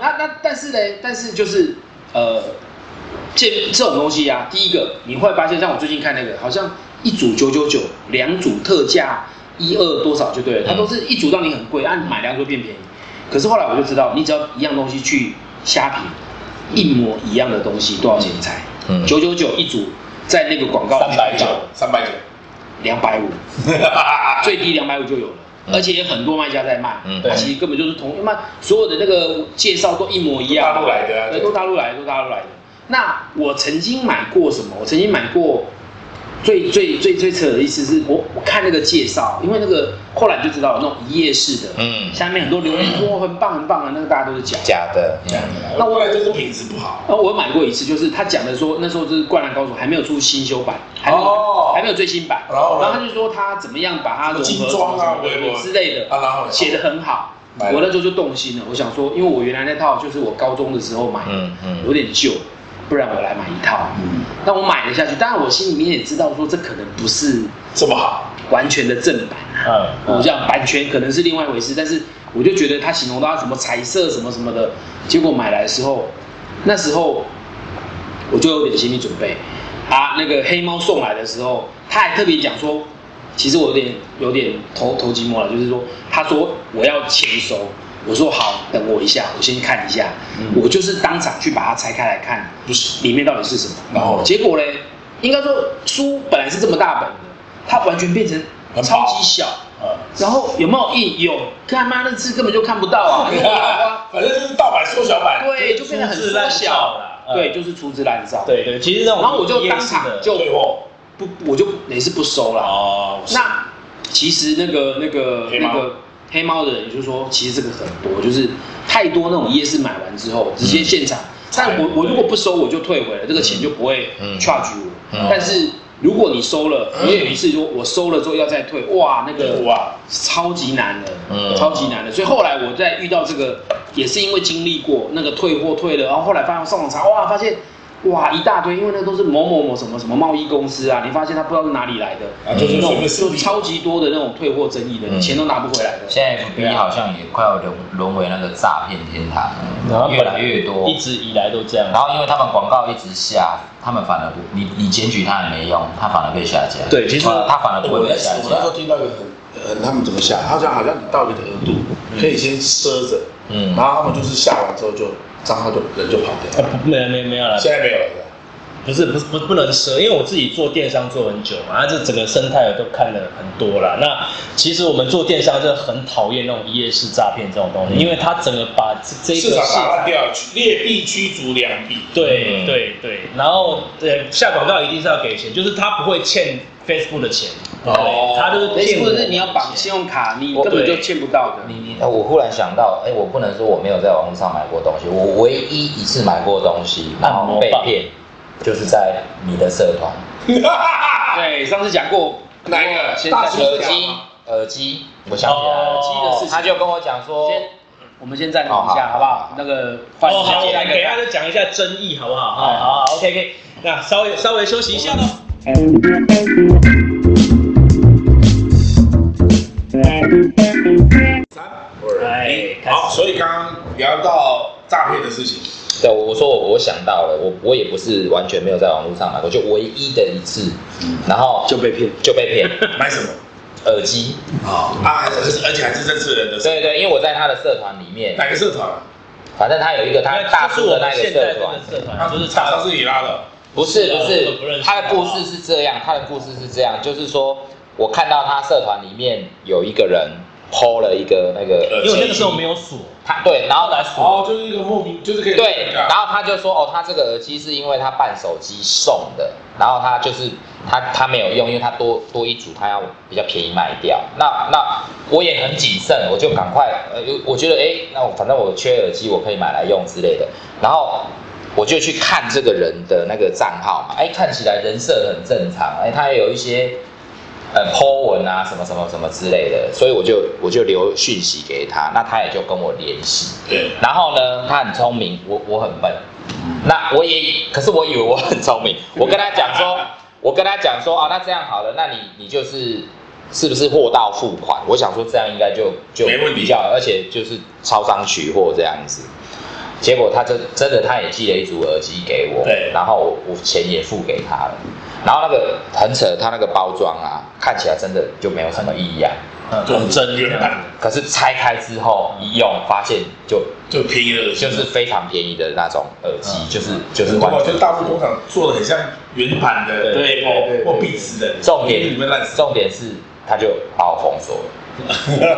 S4: 那那但是呢，但是就是呃，这这种东西啊，第一个你会发现，像我最近看那个，好像一组九九九，两组特价一二多少就对了，它
S3: 嗯
S4: 都是一组让你很贵，按、你买两组变便宜。可是后来我就知道，你只要一样东西去虾皮，一模一样的东西多少钱？你猜？
S3: 嗯
S4: 九九九一组，在那个广告
S2: 三百九，三百九，
S4: 两百五，最低两百五就有了。
S3: 嗯
S4: 而且也很多卖家在卖，
S3: 嗯
S4: 它其实根本就是同卖所有的那个介绍都一模一样，
S2: 大陆来的啊
S4: 对，都大陆来的，都大陆来的。那我曾经买过什么？我曾经买过最最最最扯的意思是我我看那个介绍，因为那个后来就知道了那种一页式的，
S3: 嗯
S4: 下面很多留言说很棒很棒啊的，那个大家都是假的。
S3: 假的，嗯
S2: 那后来就是品质不好。
S4: 然后哦我有买过一次，就是他讲的说那时候就是《灌篮高手》还没有出新修版，还没有、
S2: 哦
S4: 还没有最新版，
S2: 然后呢
S4: 他就说他怎么样把它融合
S2: 精装啊
S4: 什么什么
S2: 微博
S4: 之类的
S2: 啊然后呢
S4: 写的很好。
S2: 买了
S4: 我那时候就动心了，我想说，因为我原来那套就是我高中的时候买的，
S3: 嗯嗯
S4: 有点旧，不然我来买一套。
S2: 嗯
S4: 那我买了下去，当然我心里面也知道说这可能不是
S2: 这么好，
S4: 完全的正版啊，
S1: 嗯，
S4: 我讲版权可能是另外一回事，但是我就觉得他形容到什么彩色什么什么的，结果买来的时候，那时候我就有点心理准备啊。那个黑猫送来的时候，他还特别讲说，其实我有点有点头头寂寞了，就是说他说我要签收，我说好，等我一下，我先看一下，
S2: 嗯
S4: 我就是当场去把它拆开来看，
S2: 不是
S4: 里面到底是什么。
S2: 然后
S4: 结果嘞，应该说书本来是这么大本的，它完全变成
S2: 很薄
S4: 超级小。
S2: 呃，
S4: 然后有没有印？有，看妈那字根本就看不到 啊！那个娃
S2: 反正就是盗版缩小版
S4: 娃，。对，就变得很
S1: 粗制滥
S4: 缩
S1: 造
S4: 小
S1: 啦嗯
S4: 对，就是粗制滥造。，
S1: 对对，其实那种
S4: 然后我就
S1: 夜
S4: 当
S1: 市
S4: 场
S1: 的
S4: 就
S2: 对哦，
S4: 不，我就也是不收了。
S2: 哦，
S4: 那其实那个那个
S2: 黑猫
S4: 那个黑猫的人就说，其实这个很多，就是太多那种夜市买完之后直接现场。但我我如果不收，我就退回了，这个钱就不会
S3: 嗯
S4: charge
S3: 嗯
S4: 我。但是如果你收了，我有一次说我收了之后要再退，哇，那个
S2: 哇，
S4: 超级难的，
S3: 嗯
S4: 超级难的。所以后来我在遇到这个，也是因为经历过那个退货退了，然后后来发现上网查，哇，发现哇一大堆，因为那都是某某某什么什么贸易公司啊，你发现他不知道是哪里来的，
S2: 啊就是随
S4: 那种
S2: 便收
S4: 就
S2: 集
S4: 超级多的那种退货争议的，
S3: 嗯
S4: 钱都拿不回来的。
S3: 现在 FB 好像也快要沦沦为那个诈骗天堂
S1: 然后，
S3: 越来越多
S1: 一。直以来都这样
S3: 然。后因为他们广告一直下，他们反而不，你你检举他也没用，他反而被下架。
S1: 对其实
S3: 呃他反而不
S2: 我
S3: 会
S2: 那
S3: 被
S2: 时
S3: 下
S2: 候我那时候
S3: 架。
S2: 听到一个很很他们怎么下，好像好像你到一个额度，可以先赊着，
S3: 嗯
S2: 然后他们就是下完之后就账号就人就跑掉了，
S1: 呃没有没有没有了，
S2: 现在没有了。
S1: 不是不是不不能奢，因为我自己做电商做很久嘛，啊这整个生态我都看了很多啦。那其实我们做电商就很讨厌那种一夜式诈骗这种东西，因为它整个把这这
S2: 市
S1: 个
S2: 场打烂掉，劣币驱逐良币。
S1: 对
S3: 嗯
S1: 对对，然后呃下广告一定是要给钱，就是他不会欠 Facebook 的钱，
S2: 哦
S1: 对，他就是
S4: 没
S1: 骗
S4: 或
S1: 我
S4: 者
S1: 的
S4: 是你要绑
S1: 钱
S4: 信用卡，你
S3: 我
S4: 根本就
S1: 对
S4: 欠不到的。
S3: 你你，我忽然想到，哎、我不能说我没有在网络上买过东西，我唯一一次买过东西，然后被骗，就是在你的社团，
S4: 对，上次讲过
S2: 哪一个
S4: 先
S2: 大
S4: 暂
S2: 叔
S3: 耳
S4: 停
S3: 机，耳机，我想起来
S1: 哦
S3: 了，
S4: 耳机的事情
S3: 他就跟我讲说，
S4: 先，我们先暂停
S3: 哦
S4: 一
S3: 好
S4: 下，好不好？那个换
S1: 哦，好，我
S4: 下
S1: 们
S4: 一
S1: 等一下
S4: 个。
S1: 再讲一下争议，好不好？好好好，OK OK，那稍微稍微休息一下喽。
S2: 三二
S1: 哎
S2: 一，
S1: 开始
S2: 好，所以刚刚聊到诈骗的事 情，
S3: 对，啊我说我我想到了，我我也不是完全没有在网络上买过，就唯一的一次，
S1: 嗯
S3: 然后
S4: 就被骗
S3: 就被骗
S2: 买什么
S3: 耳机，
S2: 啊？啊，还是而且还是认识人的社，
S3: 对对，因为我在他的社团里面，
S2: 哪个社团啊？
S3: 反正他有一个他大
S1: 就是
S3: 叔
S1: 我
S3: 的
S1: 们
S3: 那个
S1: 现在
S3: 社
S1: 这
S3: 团
S1: 个，社团，
S2: 他
S1: 啊就是
S2: 是厂
S1: 他
S2: 商是你拉的，
S3: 不是
S1: 啊
S3: 不
S1: 我不认
S3: 是，
S1: 识
S3: 他的故事是这样，他的故事是这样，就是说我看到他社团里面有一个人 PO 了一个那个
S1: 因为那个时候没有锁，
S3: 他对，然后来
S2: 呃哦，就是一个莫名，就是可以
S3: 对，然后他就说哦，他这个耳机是因为他伴手机送的，然后他就是他他没有用，因为他多多一组，他要比较便宜卖掉。那那我也很谨慎，我就赶快呃，我觉得哎，那我反正我缺耳机，我可以买来用之类的。然后我就去看这个人的那个账号嘛，哎，看起来人设很正常，哎，他也有一些。呃，po 文啊，什么什么什么之类的，所以我就我就留讯息给他，那他也就跟我联系，
S2: 对，
S3: 然后呢，他很聪明，我我很笨。
S2: 嗯
S3: 那我也，可是我以为我很 聪明。我跟他讲说，我跟他讲说啊，那这样好了，那你你就是是不是货到付款？我想说这样应该就就
S2: 没问题
S3: 比较，而且就是超商取货这样子。结果他真真的他也寄了一组耳机给我，
S2: 对
S3: 然后我我钱也付给他了。然后那个很扯，他那个包装啊，看起来真的就没有什么异样。
S1: 嗯很真这
S2: 原
S1: 样
S2: 版
S1: 子。
S3: 可是拆开之后一用，发现就
S2: 就便宜了，
S3: 就是非常便宜的那种耳机，就是就是
S2: 我
S3: 完
S2: 嗯哦
S3: 全
S2: 就大陆工厂做的很像原版的
S4: 对对对对
S2: 或壁纸的，
S3: 重
S2: 因为
S3: 点
S2: 你们烂死。
S3: 重点是他就把我封锁了。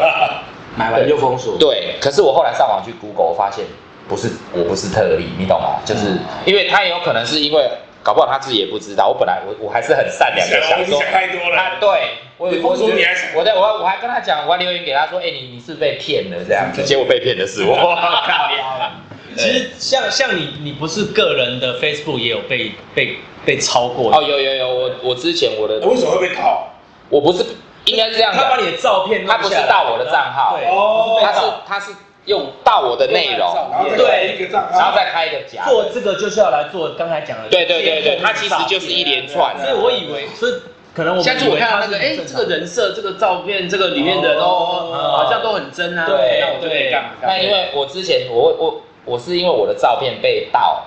S4: 买完就封锁。
S3: 对，可是我后来上网去 Google 发现，不是我不是特例，你懂吗？就是
S2: 嗯
S3: 因为他也有可能是因为搞不好他自己也不知道。我本来我我还是很善良的，
S2: 想
S3: 想
S2: 你哎想
S3: 说
S2: 太多
S3: 啊
S2: 了，，
S3: 对。我
S2: 你封锁你还想
S3: 我在我还我还跟他讲，我还留言给他说，哎、你你是被骗了这样
S2: 嗯
S3: 子，结果被骗的是 我，靠呀！
S1: 其实像像你，你不是个人的 Facebook 也有被被被超过
S3: 哦，有有有，我我之前我的
S2: 为什么会被套？
S3: 我不是应该是这样
S1: 他
S3: 的，
S1: 把你的照片弄
S3: 他不是
S1: 下来
S3: 盗我的账号
S1: 对，
S2: 哦
S3: 他是他是用盗我的内容，
S2: 然后再来一个账
S3: 然后
S2: 号，
S3: 再开一个假的。
S1: 做这个就是要来做刚才讲的，
S3: 对对对对，他其实就是一连串的。
S1: 所以我以为，所以可能我们
S4: 下次我
S1: 以为
S4: 看到
S1: 他是
S4: 那个，哎，
S1: 正
S4: 这
S1: 常的
S4: 个人设、这个照片、这个里面的人
S1: 哦
S4: 哦，好像都很真啊。
S1: 对
S4: 那我就可以干嘛干嘛
S3: 那因为我之前我我我是因为我的照片被盗，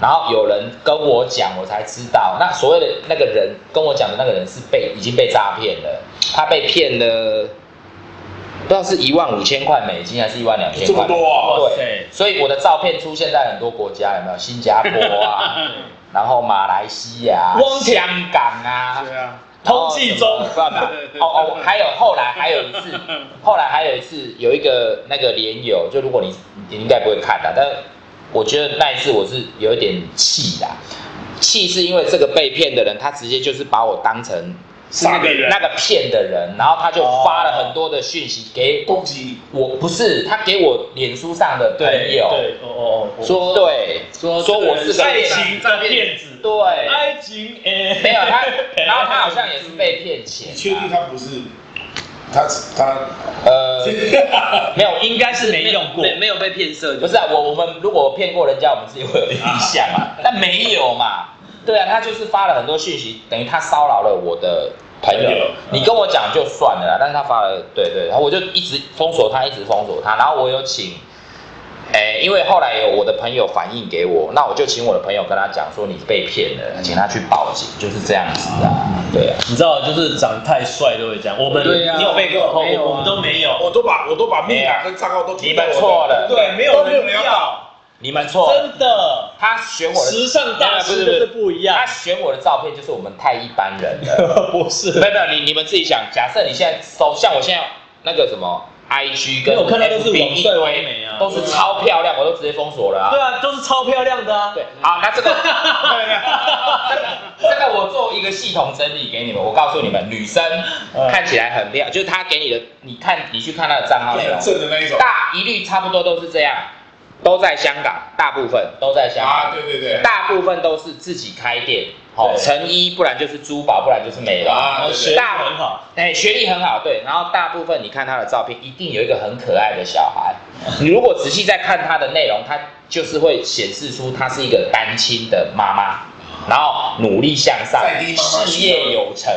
S3: 然后有人跟我讲，我才知道。那所谓的那个人跟我讲的那个人是被已经被诈骗了，他被骗了，不知道是一万五千块美金还是一万两千
S2: 这
S3: 块
S2: 么。多啊！
S1: 哇
S3: 对
S1: 塞，
S3: 所以我的照片出现在很多国家，有没有？新加坡 啊，然后马来西亚、
S1: 汪田
S3: 香港啊，
S4: 对啊，
S1: 通缉中
S3: 然后什么不知道哪哦哦，还有后来还有一次，后来还有一次有一个那个连友，就如果你你应该不会看的，但我觉得那一次我是有一点气啦，气是因为这个被骗的人，他直接就是把我当成
S2: 是那个人
S3: 那个骗的人，然后他就发了很多的讯息给
S2: 攻击
S3: 我，不是他给我脸书上的朋
S1: 对
S3: 友
S1: 对哦哦哦，
S4: 说
S3: 对
S4: 说
S3: 说我是个
S1: 爱
S3: 骗子
S1: 情的骗子，
S3: 对。
S1: 爱情诶，
S3: 没有 他，然后他好像也是被骗钱
S2: 你
S3: 啊、
S2: 确定他不是？他他
S3: 呃，没有，应
S1: 应该是没用过，
S4: 没没有被骗色，
S3: 不是、啊、我我们如果骗过人家，我们自己会有印象嘛？但没有嘛？对啊，他就是发了很多讯息，等于他骚扰了我的朋友
S2: 朋友。
S3: 你跟我讲就算了啦，但是他发了，对对，然后我就一直封锁他，一直封锁他，然后我有请。哎，因为后来有我的朋友反映给我，那我就请我的朋友跟他讲说你被骗了，请他去报警，就是这样子啊，对啊。
S1: 你知道，就是长太帅都会这样。我们
S4: 对啊
S1: 你有被过哦
S4: 没有啊
S1: 我们都没有。
S2: 我都把我都把密码跟账号都
S3: 你们错了
S2: 对，
S1: 对，没有
S2: 都没有
S1: 人
S2: 人要
S1: 要。啊
S3: 你们错，
S1: 真的，
S3: 他选我的
S1: 时尚大师
S3: 没
S1: 跟
S3: 有没有
S1: 这
S3: 不是
S1: 不一
S3: 不是，
S1: 样
S3: 他，选我的照片就是我们太一般人了。
S1: 不
S3: 没
S1: 是，
S3: 有没有，你你们自己想，假设你现在搜，像我现在那个什么 IG 跟
S1: 没有我看到都是
S3: FB
S1: 网
S3: 一
S1: 帅完美
S3: 堆
S1: 啊，
S3: 都是超漂亮，我都直接封锁了啊
S1: 对。啊，都是超漂亮的啊，
S3: 对，好，那 这个没有没有这个这个我做一个系统整理给你们，我告诉你们，女生
S1: 嗯
S3: 看起来很漂亮，就是她给你的，你看你去看她的账号内
S1: 哎
S3: 容
S2: 很，正的那一种
S3: 大一律差不多都是这样，都在香港，大部分都在香港
S2: 啊，，对对对，
S3: 大部分都是自己开店，好，
S1: 对
S3: 成衣不然就是珠宝，不然就是美容。
S2: 啊
S1: 然后
S2: 对
S1: 学历
S3: 大
S1: 很好，
S3: 哎，学历很好，对。然后大部分你看他的照片，一定有一个很可爱的小孩。 你如果仔细再看他的内容，他就是会显示出他是一个单亲的妈妈，然后努力向上
S2: 在地，妈妈
S3: 事业有成。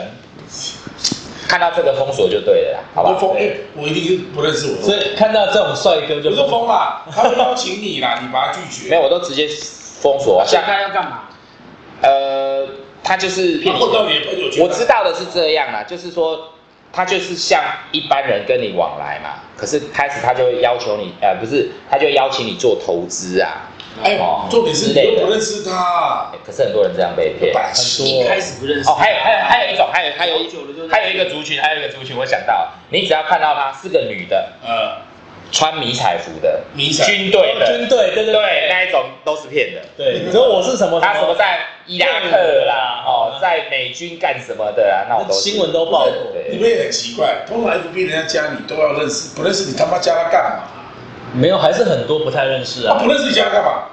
S3: 看到这个封锁就对了啦，好
S2: 我
S3: 吧？
S2: 疯，哎
S3: 对
S2: 我一定是不认识我
S1: 所
S2: 的，
S1: 以看到这种帅哥就
S2: 不是疯啦，他们邀请你啦，你把他拒
S3: 没
S2: 绝，
S3: 有，我都直接封锁啊。
S4: 现
S3: 像
S4: 在要干嘛？
S3: 呃，他就是
S2: 他碰到你的朋友圈，
S3: 我知道的是这样啦，就是说他就是像一般人跟你往来嘛，可是开始他就会要求你，呃，不是，他就邀请你做投资啊，
S2: 哎
S3: 哦，
S2: 重点是
S3: 之
S2: 你
S3: 类
S2: 又
S3: 的
S2: 不认识他，
S3: 欸可是很多人这样被骗。
S2: 白
S1: 多
S2: 痴
S4: 一开始不认识。
S3: 哦，还有还有还有一种，还有还有一
S4: 久了就
S3: 还有一个族群，还有一个族群，我想到，你只要看到她是个女的，
S2: 呃，
S3: 穿迷彩服的，
S2: 迷彩
S3: 军队
S1: 军队，
S3: 的，
S1: 对对对
S3: 对，那一种都是骗的。
S1: 对，你说我是什么？
S3: 他什么在伊拉克啦，哦，在美军干什么的啊啦，那我都
S1: 新闻都报过，
S3: 对
S2: 你们也很奇怪，通常 FB 人家加你都要认识，不认识你他妈加他干嘛？
S1: 没有，还是很多不太认识
S2: 他
S1: 啊，
S2: 不认识你加他干嘛？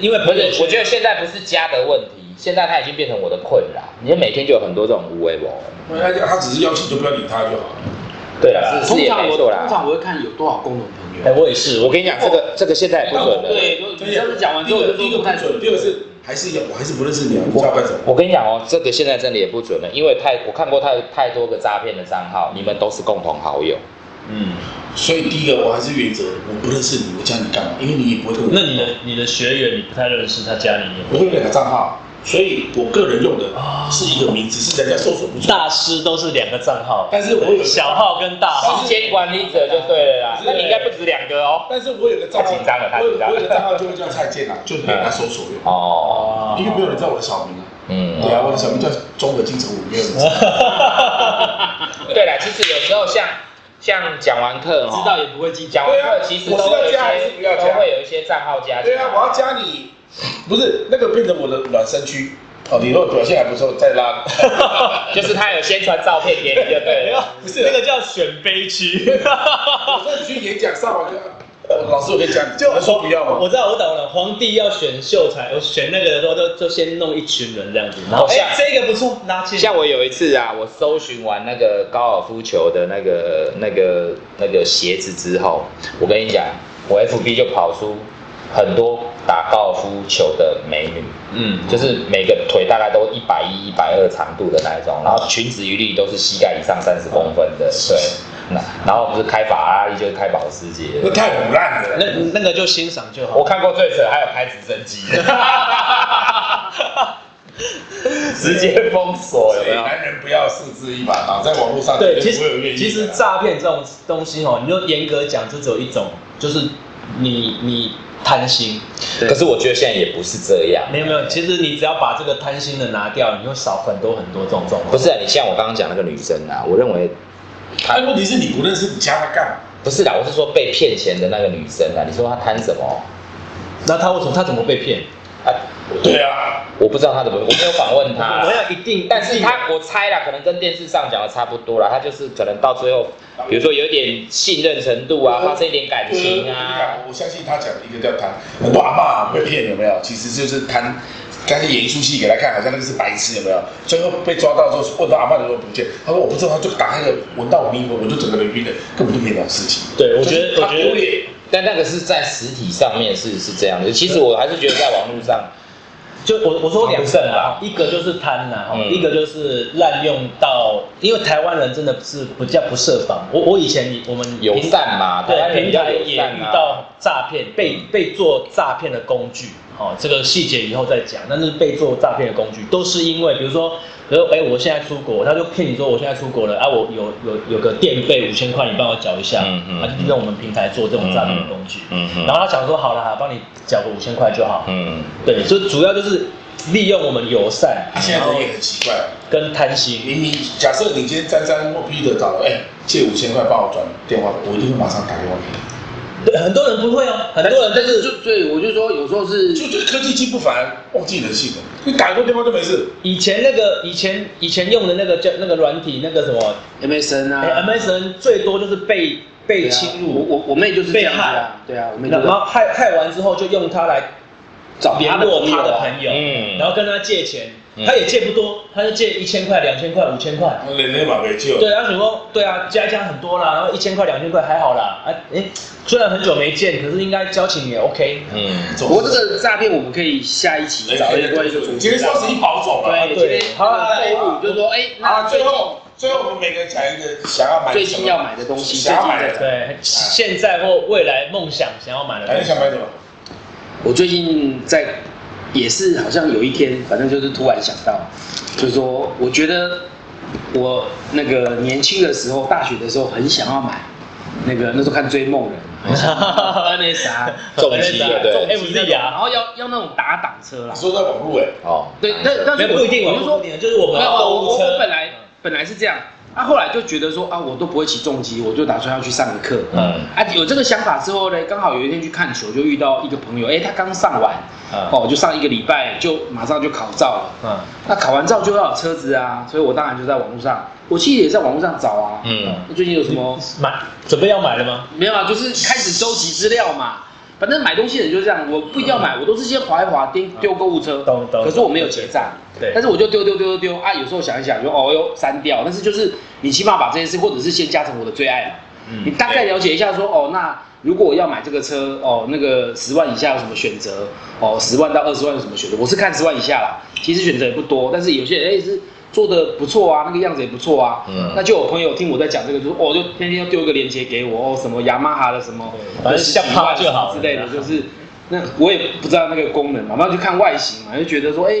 S1: 因为
S3: 不是，我
S1: 得
S3: 觉得现在不是家的问题，现在它已经变成我的困扰。你每天就有很多这种无为我。
S2: 他他只是邀请，你就不要理他就好了。
S3: 对啊了，是是
S4: 通
S3: 也
S4: 常
S3: 没
S4: 我
S3: 错
S4: 通常
S3: 啦。
S4: 我会看有多少共同朋
S1: 哎，
S4: 友。
S1: 我也是，
S3: 我
S1: 我
S3: 跟你讲，这个这个现在也不准了。
S4: 对，就你上次讲完之后，我就
S2: 第一个
S4: 说不
S2: 不
S4: 太准
S2: 准，。第二个是还是有，我还是不认识你啊，不知道干什么。
S3: 我跟你讲哦，这个现在真的也不准了，因为太我看过太太多个诈骗的账号，你们都是共同好友。
S1: 嗯，
S2: 所以第一个我还是原则，我不认识你，我加你干嘛？因为你也不会跟我。
S1: 那你的你的学员你不太认识，他家里面
S2: 我会有两个账号，所以我个人用的是一个名字，是人家搜索不出来。
S1: 大师都是两个账号，
S2: 但是我有一个
S1: 小，号跟大号，
S3: 时间管理者就对了啦，那你应该不止两个哦。
S2: 但是我有个账号，
S3: 他紧张了他
S2: 我有
S3: 紧张了
S2: 我有个账号就会叫蔡健啊，就是被人家搜索用，
S3: 哦，
S1: 哦
S2: 因为没有人知道我的小名啊。
S3: 嗯，
S2: 对啊，我的小名叫中国金城武，没有人知道。
S3: 对了，其实有时候像像讲完课哦，
S4: 知道也不会计较。
S3: 讲完课其实都
S2: 我
S3: 会
S2: 是要加还是
S3: 有一
S2: 不
S3: 些
S2: 要加
S3: 都会有一些账号加进
S2: 对
S3: 来。
S2: 啊，我要加你，不是那个变成我的暖身区。哦，你如果表现还不错，再拉。
S3: 就是他有先传照片给你就 对了。
S2: 不是
S1: 那个叫选杯区，
S2: 我说你去演讲上完就，哦老师我跟你讲，就说不要嘛。
S1: 我知道，我懂了。皇帝要选秀才，我选那个的时候，就就先弄一群人这样子，然后
S3: 好像
S1: 哎，这个不错，拿去。
S3: 像我有一次啊，我搜寻完那个高尔夫球的那个、那个、那个鞋子之后，我跟你讲，我 FB 就跑出很多打高尔夫球的美女，
S1: 嗯，
S3: 就是每个腿大概都一百一、一百二长度的那一种，然后裙子一律都是膝盖以上三十公分的，对。那然后不是开法拉利就是开保时捷，
S2: 那太腐烂了。
S1: 那那个就欣赏就
S3: 我
S1: 好。
S3: 看过最扯还有开直升机的， 直接封锁有
S2: 所
S3: 没
S2: 以
S3: 有？
S2: 男人不要四肢一把刀，在网络上
S1: 啊对，
S2: 绝
S1: 其
S2: 不会有愿
S1: 实其
S2: 意
S1: 实
S2: 的
S1: 诈骗这种东西哦，你就严格讲，就只有一种，就是你你贪心。
S3: 可是我觉得现在也不是这样，
S1: 没有没有，其实你只要把这个贪心的拿掉，你会少很多很多这种状况。
S3: 不是啊、你像我刚刚讲那个女生啊，我认为
S2: 但问题是你不认识，你加他干嘛？
S3: 不是啦，我是说被骗钱的那个女生啊，你说她贪什么
S1: 那他为什么他怎么被骗？
S3: 啊？
S2: 对啊，
S3: 我不知道她怎么，我没有访问她
S1: 我
S3: 啦。
S1: 要一定，
S3: 但是
S1: 一定
S3: 她我猜啦，可能跟电视上讲的差不多啦，她就是可能到最后，比如说有一点信任程度
S1: 嗯
S3: 啊，发生一点感情啊，
S2: 我相信他讲的一个叫贪，很多阿妈被骗有没有？其实就是贪，干脆演一出戏给他看，好像那个是白痴有没有？最后被抓到之后，问到阿妈的时候不见，他说我不知道，他就打开个闻到我迷我，我就整个人晕了，根本就没了事情。
S1: 对我觉得
S2: 就是他
S1: 我觉得
S2: 丢脸，
S3: 但那个是在实体上面是是这样的。其实我还是觉得在网络上，
S1: 就我我说两个
S3: 防
S1: 啦，一个就是贪婪，
S3: 嗯
S1: 一个就是滥用到，因为台湾人真的是不叫不设防。我我以前我们平
S3: 友善嘛台湾啊
S1: 对，
S3: 人
S1: 平
S3: 比较
S1: 台
S3: 友
S1: 也
S3: 善啊
S1: 遇到诈骗，被被做诈骗的工具。哦，这个细节以后再讲。但是被做诈骗的工具，都是因为比如说，比如说哎，我现在出国，他就骗你说我现在出国了啊，我有有有个电费五千块，你帮我缴一下，
S3: 嗯嗯
S1: 他就用我们平台做这种诈骗的工具。
S3: 嗯嗯嗯
S1: 然后他想说好了，好帮你缴个五千块就好。
S3: 嗯，
S1: 对，就主要就是利用我们友善
S2: 啊，现在人也很奇怪，
S1: 跟贪心。
S2: 你你假设你今天沾沾莫逼的找了，哎、借五千块帮我转电话，我一定会马上打电话给你。
S1: 对，很多人不会哦，很多人
S4: 但
S1: 就是是
S4: 就对我就说有时候是
S2: 就就科技进步反而忘记人性了，你打一通电话就没事。
S1: 以前那个以前以前用的那个叫那个软体那个什么、
S4: MSN 啊
S1: 哎 MSN 最多就是被被
S4: 对啊
S1: 侵
S4: 我
S1: 入，
S4: 我我妹就是这样子
S1: 被害
S4: 啊，对啊，我妹就
S1: 然
S4: 是
S1: 后害害完之后就用它来
S4: 找
S1: 联
S4: 她的
S1: 络
S4: 朋友
S1: 他的
S4: 啊，
S1: 朋友，
S3: 嗯
S1: 然后跟他借钱，
S3: 嗯
S1: 他也借不多，他就借一千块、两千块、五千块。
S2: 人类嘛，没救。
S1: 对，然后想说，对啊，加一加很多啦，然后一千块、两千块还好啦，啊，哎，虽然很久没见，可是应该交情也 OK。
S3: 嗯，
S2: 总
S4: 不
S2: 之
S4: 过这个诈骗我们可以下一期
S2: 人
S4: 找
S2: 类
S4: 一个一个主
S2: 今天
S4: 题来。
S2: 双十一保总了。
S4: 对，
S1: 对
S4: 今天
S1: 好啦
S4: 废物就说哎，那
S2: 啊啊，最后最后我们每个人讲一个想要买
S4: 最
S2: 什
S4: 近
S2: 么
S4: 要买的东西，
S2: 想要买的，
S1: 对，现在或未来梦想想要买的东西
S2: 哎，你，想买什么？
S4: 我最近在也是好像有一天，反正就是突然想到，就是说我觉得我那个年轻的时候，大学的时候很想要买那个那时候看《追梦人》很想要 买，NSR，
S3: 重击了对
S1: 重击那种
S4: 然后要要那种打档车啦
S2: 你。说在网络哎，
S3: 哦，
S4: 对，但但
S1: 没
S4: 是
S1: 有
S4: 我
S1: 不一定，啊
S4: 我
S1: 我
S4: 就
S1: 们
S4: 说
S1: 说，就是我们
S4: 没有，啊我我
S1: 购物车
S4: 我本来本来是这样，啊，后来就觉得说啊，我都不会骑重机，我就打算要去上个课。
S3: 嗯
S4: 啊，有这个想法之后呢，刚好有一天去看球，就遇到一个朋友，哎、他刚上完，
S1: 嗯
S4: 哦，就上一个礼拜，就马上就考照了。
S1: 嗯
S4: 那考完照就要有车子啊，所以我当然就在网络上，我其实也在网络上找啊。
S3: 嗯
S4: 最近有什 么
S1: 买，准备要买了吗？
S4: 没有啊，就是开始收集资料嘛。反正买东西的人就这样，我不一定要买，我都是先划一划，丢丢购物车
S1: 嗯懂懂。
S4: 可是我没有结账，
S1: 对
S4: 但是我就丢丢丢丢丢啊，有时候想一想就哦哟删掉，但是就是你起码把这件事，或者是先加成我的最爱嘛。
S1: 嗯
S4: 你大概了解一下说哦，那如果我要买这个车哦，那个十万以下有什么选择？哦，十万到二十万有什么选择？我是看十万以下啦，其实选择也不多，但是有些人哎是做的不错啊，那个样子也不错啊。
S3: 嗯
S4: 那就有朋友听我在讲这个，就说哦，就天天要丢一个链接给我哦，什么雅马哈的什么
S1: 对，反正
S4: 十几万
S1: 像趴就好了
S4: 之类的，就是那我也不知道那个功能嘛，然后就看外形嘛，就觉得说哎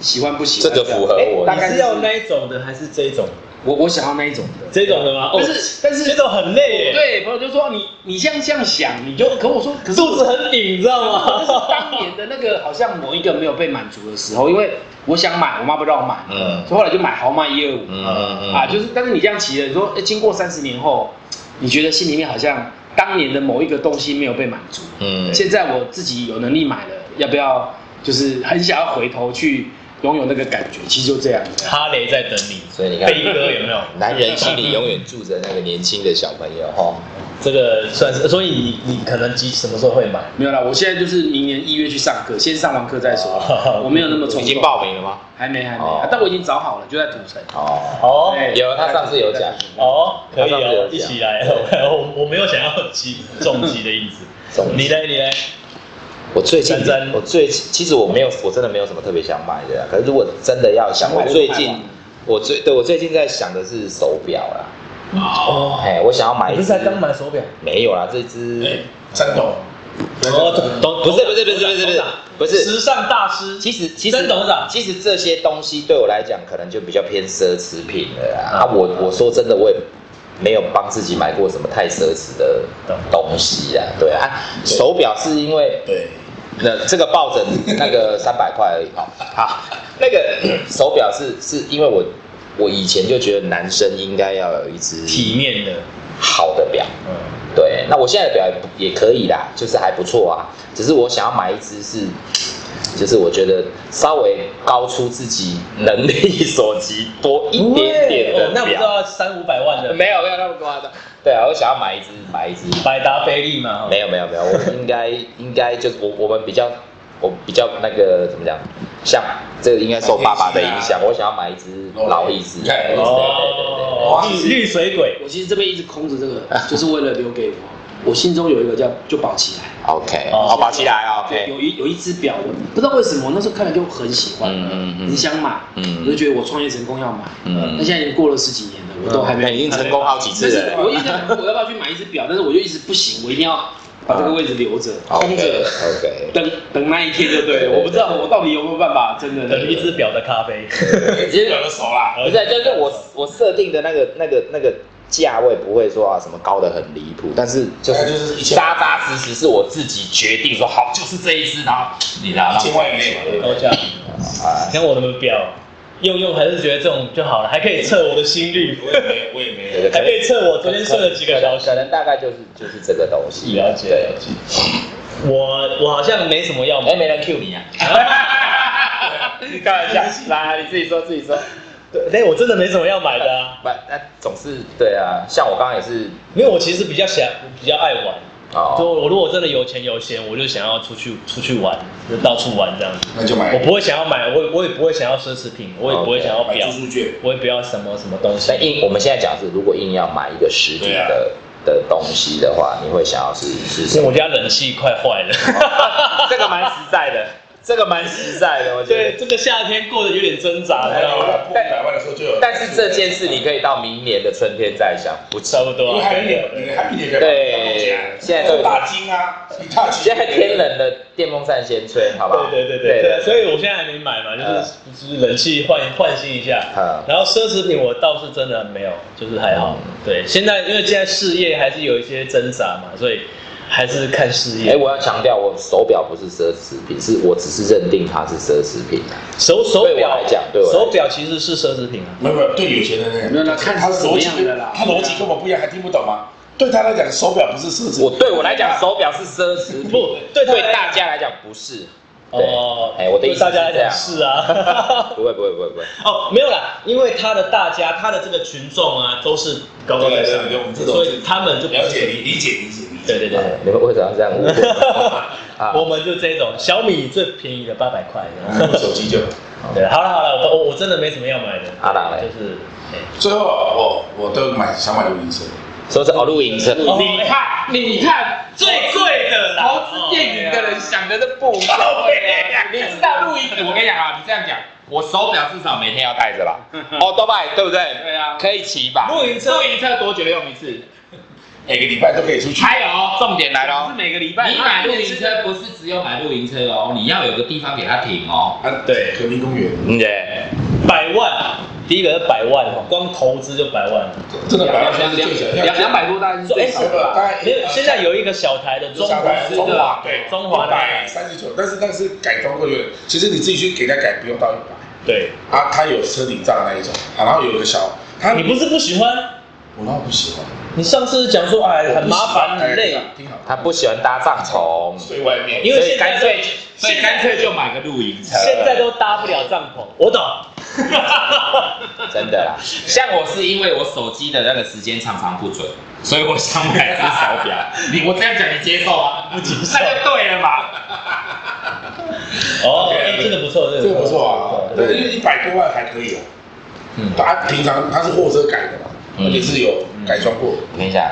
S4: 喜欢不喜欢
S3: 这个
S4: 样
S3: 符合呃我
S4: 大概
S1: 你
S4: 是
S1: 哎是要那一种的还是这一种？
S4: 我我想要那一种的。
S1: 这种的吗？哦
S4: 但是但是
S1: 这种很累耶，
S4: 对，朋友就说哦你你像这样想，你就可我说，可是
S1: 肚
S4: 我
S1: 子很顶，你知 道
S3: 嗯
S4: 这是当
S1: 吗？
S4: 年的那个好像某一个没有被满足的时候，因为我想买，我妈不让我买，
S3: 嗯
S4: 所以后来就买豪迈一二五
S3: 嗯嗯嗯
S4: 啊，就是但是你这样骑了，你说、哎，经过三十年后，你觉得心里面好像当年的某一个东西没有被满足，
S3: 嗯，
S4: 现在我自己有能力买了，要不要就是很想要回头去拥有那个感觉？其实就这样，这 样
S1: 哈雷在等你，
S3: 所以你看
S1: 飞哥有没有？
S3: 男人心里永远住着那个年轻的小朋友哈。
S1: 这个算是，所以你你可能几什么时候会买？
S4: 没有啦，我现在就是明年一月去上课，先上完课 再说，我没有那么冲
S3: 哦已
S4: 动
S3: 经报名了吗？
S4: 还没，还没、
S3: 哦
S4: 啊但我已经找好了，就在土城。
S3: 哦，
S1: 哦
S4: 哎
S3: 有他上次有讲
S1: 哦，可以
S3: 他上次
S1: 哦
S3: 有，
S1: 一
S3: 讲
S1: 起来。 我我没有想要击重击的意思
S3: 重，击
S1: 你嘞你嘞，
S3: 我最近
S1: 真真
S3: 我最其实我没有，我真的没有什么特别想买的啊。可是如果真的要想，
S4: 想买
S3: 我
S4: 就
S3: 最
S4: 买
S3: 近
S4: 吧
S3: 我最对我最近在想的是手表啦。
S1: 哦，
S3: 哎，我想要买
S1: 你
S3: 一
S1: 不
S3: 只
S1: 是才刚买手表？
S3: 没有啦，这只
S2: 哎，三董，
S1: 哦，董
S3: 不是不是不是不是不是不
S1: 时
S3: 是。
S1: 尚大师，
S3: 其实其实
S1: 真董事长
S3: 其实这些东西对我来讲，可能就比较偏奢侈品了啦。
S1: 啊
S3: 啊，我我说真的，我也没有帮自己买过什么太奢侈的东西啦。对啊，手表是因为
S2: 对，
S3: 那这个抱枕那个三百块而已，好，好，那个手表是是因为我我以前就觉得男生应该要有一只
S1: 体面的，
S3: 好的表，
S1: 嗯，
S3: 对，那我现在的表也不也可以啦，就是还不错啊，只是我想要买一只是，就是我觉得稍微高出自己能力所及多一点点
S1: 哦那
S3: 的
S1: 不知
S3: 表，
S1: 道三五百万的
S3: 没有没有那么夸张，对啊，我想要买一只买一只
S1: 百达翡丽嘛？哦
S3: 没有没有没有，我应该应该就是我我们比较我比较那个怎么讲，像这个应该受爸爸的影响，我想要买一只劳力士。
S2: 劳力士
S1: 哦，绿绿水鬼，
S4: 我其实这边一直空着这个，就是为了留给我。我心中有一个叫就保起来，
S3: OK，
S1: 哦
S3: 好，保起来啊
S4: 有
S3: ，OK，
S4: 有一有一只表的，不知道为什么我那时候看了就很喜欢，
S3: 嗯嗯嗯
S4: 很想买，
S3: 嗯
S4: 我就觉得我创业成功要买，呃
S3: 嗯
S4: 那现在已经过了十几年了，我都还没有。
S3: 已经成功好几
S4: 但
S3: 次
S4: 是
S3: 了。
S4: 我一直我要不要去买一只表，但是我就一直不行，我一定要把这个位置留着，空着
S3: 啊 OK，OK，
S4: 等等那一天就对了。我不知道我到底有没有办法，真的
S1: 等一只表的咖 啡，
S3: 其实
S2: 表的手啦，
S3: 不是，就是我我设定的那个那个那个价位不会说啊什么高的很离谱，但是就
S2: 大概就是1000
S3: 是扎扎实实是我自己决定说好就是这一只，然后你拿
S2: 一千万以内嘛，对不
S1: 高
S2: 对？
S1: 价。
S3: 啊，
S1: 像我的表，用用还是觉得这种就好了，还可以测我的心率，
S2: 我也没，我也没有。
S3: 对
S1: 还可以测我昨天睡了几个小时
S3: 可。能大概就是就是这个东西。
S1: 了解
S3: 对
S1: 了解。我我好像没什么要买
S3: 哎，，没人 Q 你啊？ 开玩笑，来，你自己说自己说。
S1: 哎，我真的没什么要买的啊，
S3: 不，那总是对啊，像我刚刚也是
S1: 因为我其实比较想比较爱玩。就
S3: 哦，
S1: 我如果真的有钱有闲，我就想要出去出去玩，就到处玩这样子。
S2: 那就买
S1: 我不会想要买，我也我也不会想要奢侈品，我也不会想要
S2: 买
S1: 表
S2: 住，宿券，
S1: 我也不要什么什么东西
S3: 那。硬我们现在讲是，如果硬要买一个实体的的东西的话，你会想要是是
S1: 因
S3: 什
S1: 为
S3: 么
S1: 我？家冷气快坏 了。
S3: 这个蛮实在的，这个蛮实在的，我觉
S1: 对，
S3: 得。
S1: 这个夏天过得有点挣扎，你知
S2: 然
S1: 道
S2: 后
S1: 吗？
S2: 破百万的时候就有。
S3: 但是这件事你可以到明年的春天再想，不迟
S1: 差。不
S2: 因
S1: 多
S2: 为
S1: 啊。
S2: 还有一点，你还有一点可以
S3: 对现在都
S2: 都啊大金啊，一大金。
S3: 现在天冷了，电风扇先吹，好不好？
S1: 对对对对对，所以我现在还没买嘛，
S2: 嗯
S1: 就是就是冷气换换新一下。
S3: 嗯
S1: 然后奢侈品我倒是真的没有，就是还好。
S2: 嗯
S1: 对，现在因为现在事业还是有一些挣扎嘛，所以还是看事
S3: 哎、
S1: 业。
S3: 我要强调，我手表不是奢侈品，是我只是认定它是奢侈品。
S1: 手手
S3: 对我
S1: 表
S3: 来讲对我来讲
S1: 手表其实是奢侈品啊。
S2: 没有没有，对有钱人呢，
S4: 没有那看
S2: 他
S4: 是什
S2: 逻
S4: 么
S2: 辑
S4: 样的啦
S2: 他逻辑根本不一样，还听不懂吗？对他来讲，手表不是奢侈，
S3: 我对我来讲，手表是奢侈品，
S1: 不对
S3: 对
S1: 他来讲
S3: 大家来讲不是。对
S1: 哦，
S3: 哎、我的意
S1: 对
S3: 思
S1: 大家来
S3: 是这
S1: 讲
S3: 样。
S1: 是啊。
S3: 不会不会不会不会，
S1: 哦，没有啦，因为他的大家，他的这个群众啊，都是高高在上
S2: 对对对对我们，这种
S1: 所以他们就不是
S2: 了解理理解理解理解。
S1: 对对对对
S3: 啊。你们为什么要这样 误会？啊嗯
S1: 我们就这种小米最便宜的八百块这样，
S2: 嗯我手机就。
S1: 对，好了好了，我我我真的没什么要买的，
S3: 阿郎嘞
S1: 就是，哎
S2: 最后啊我我都买想买露营车，
S3: 说是哦，露营车，
S1: 哦
S4: 你看，你看，
S1: 最贵 的啦，
S4: 投资电影的人想的都不一样。你知道录音，
S3: 我跟你讲啊，你这样讲，我手表至少每天要戴着吧？ 哦，都拜，对不对？
S4: 对啊
S3: 可以骑吧？
S1: 露营车
S2: 哦
S3: 露营车多久用一次？
S2: 每个礼拜都可以出去。
S3: 还有哦，重点来
S4: 是
S3: 喽，
S4: 每个礼拜
S3: 你买露营车不是只有买露营车哦，你要有个地方给它停哦。
S2: 啊，
S1: 对
S2: 和平公园
S3: 嗯，对，
S1: 百万，啊第一个是百万哦，光投资就百万了。
S2: 真的百万
S4: 两
S2: 是
S4: 两
S2: 最小，
S4: 两两百多单是最少
S2: 这个
S4: 的
S2: 大
S4: 吧？
S2: 概
S1: 没有，现在有一个小台的中
S2: 中
S1: 国
S2: 华
S1: 式
S2: 中
S1: 的
S2: 华
S1: 啊，
S2: 对
S1: 中华
S2: 百
S1: 的，
S2: 三十九，但是但是改装过有点，其实你自己去给他改，不用到一百
S1: 对，
S2: 啊。它有车顶帐那一种，啊然后有一个小，它
S1: 你不是不喜欢？
S2: 我那不喜欢，
S1: 你上次讲说哎很麻烦
S2: 我不喜欢
S1: 很累，，
S2: 挺好。
S3: 他不喜欢搭帐篷，
S2: 睡外面，
S1: 因为现在
S3: 所以干脆
S1: 所以干
S3: 脆就买个露营车
S1: 现在都搭不了帐篷，我 懂。
S3: 真的啦，像我是因为我手机的那个时间常常不准，所以我想买只手表。 你我这样讲你接受吗？不接受，那就对了嘛。
S1: 哦，
S2: OK，
S1: 哎真的不错，
S2: 这
S1: 真
S2: 个
S1: 的
S2: 不错啊，对，因为一百多万还可以哦。
S3: 嗯
S2: 它平常它是货车改的嘛，
S3: 嗯
S2: 而且是有改装过，
S3: 我跟你讲，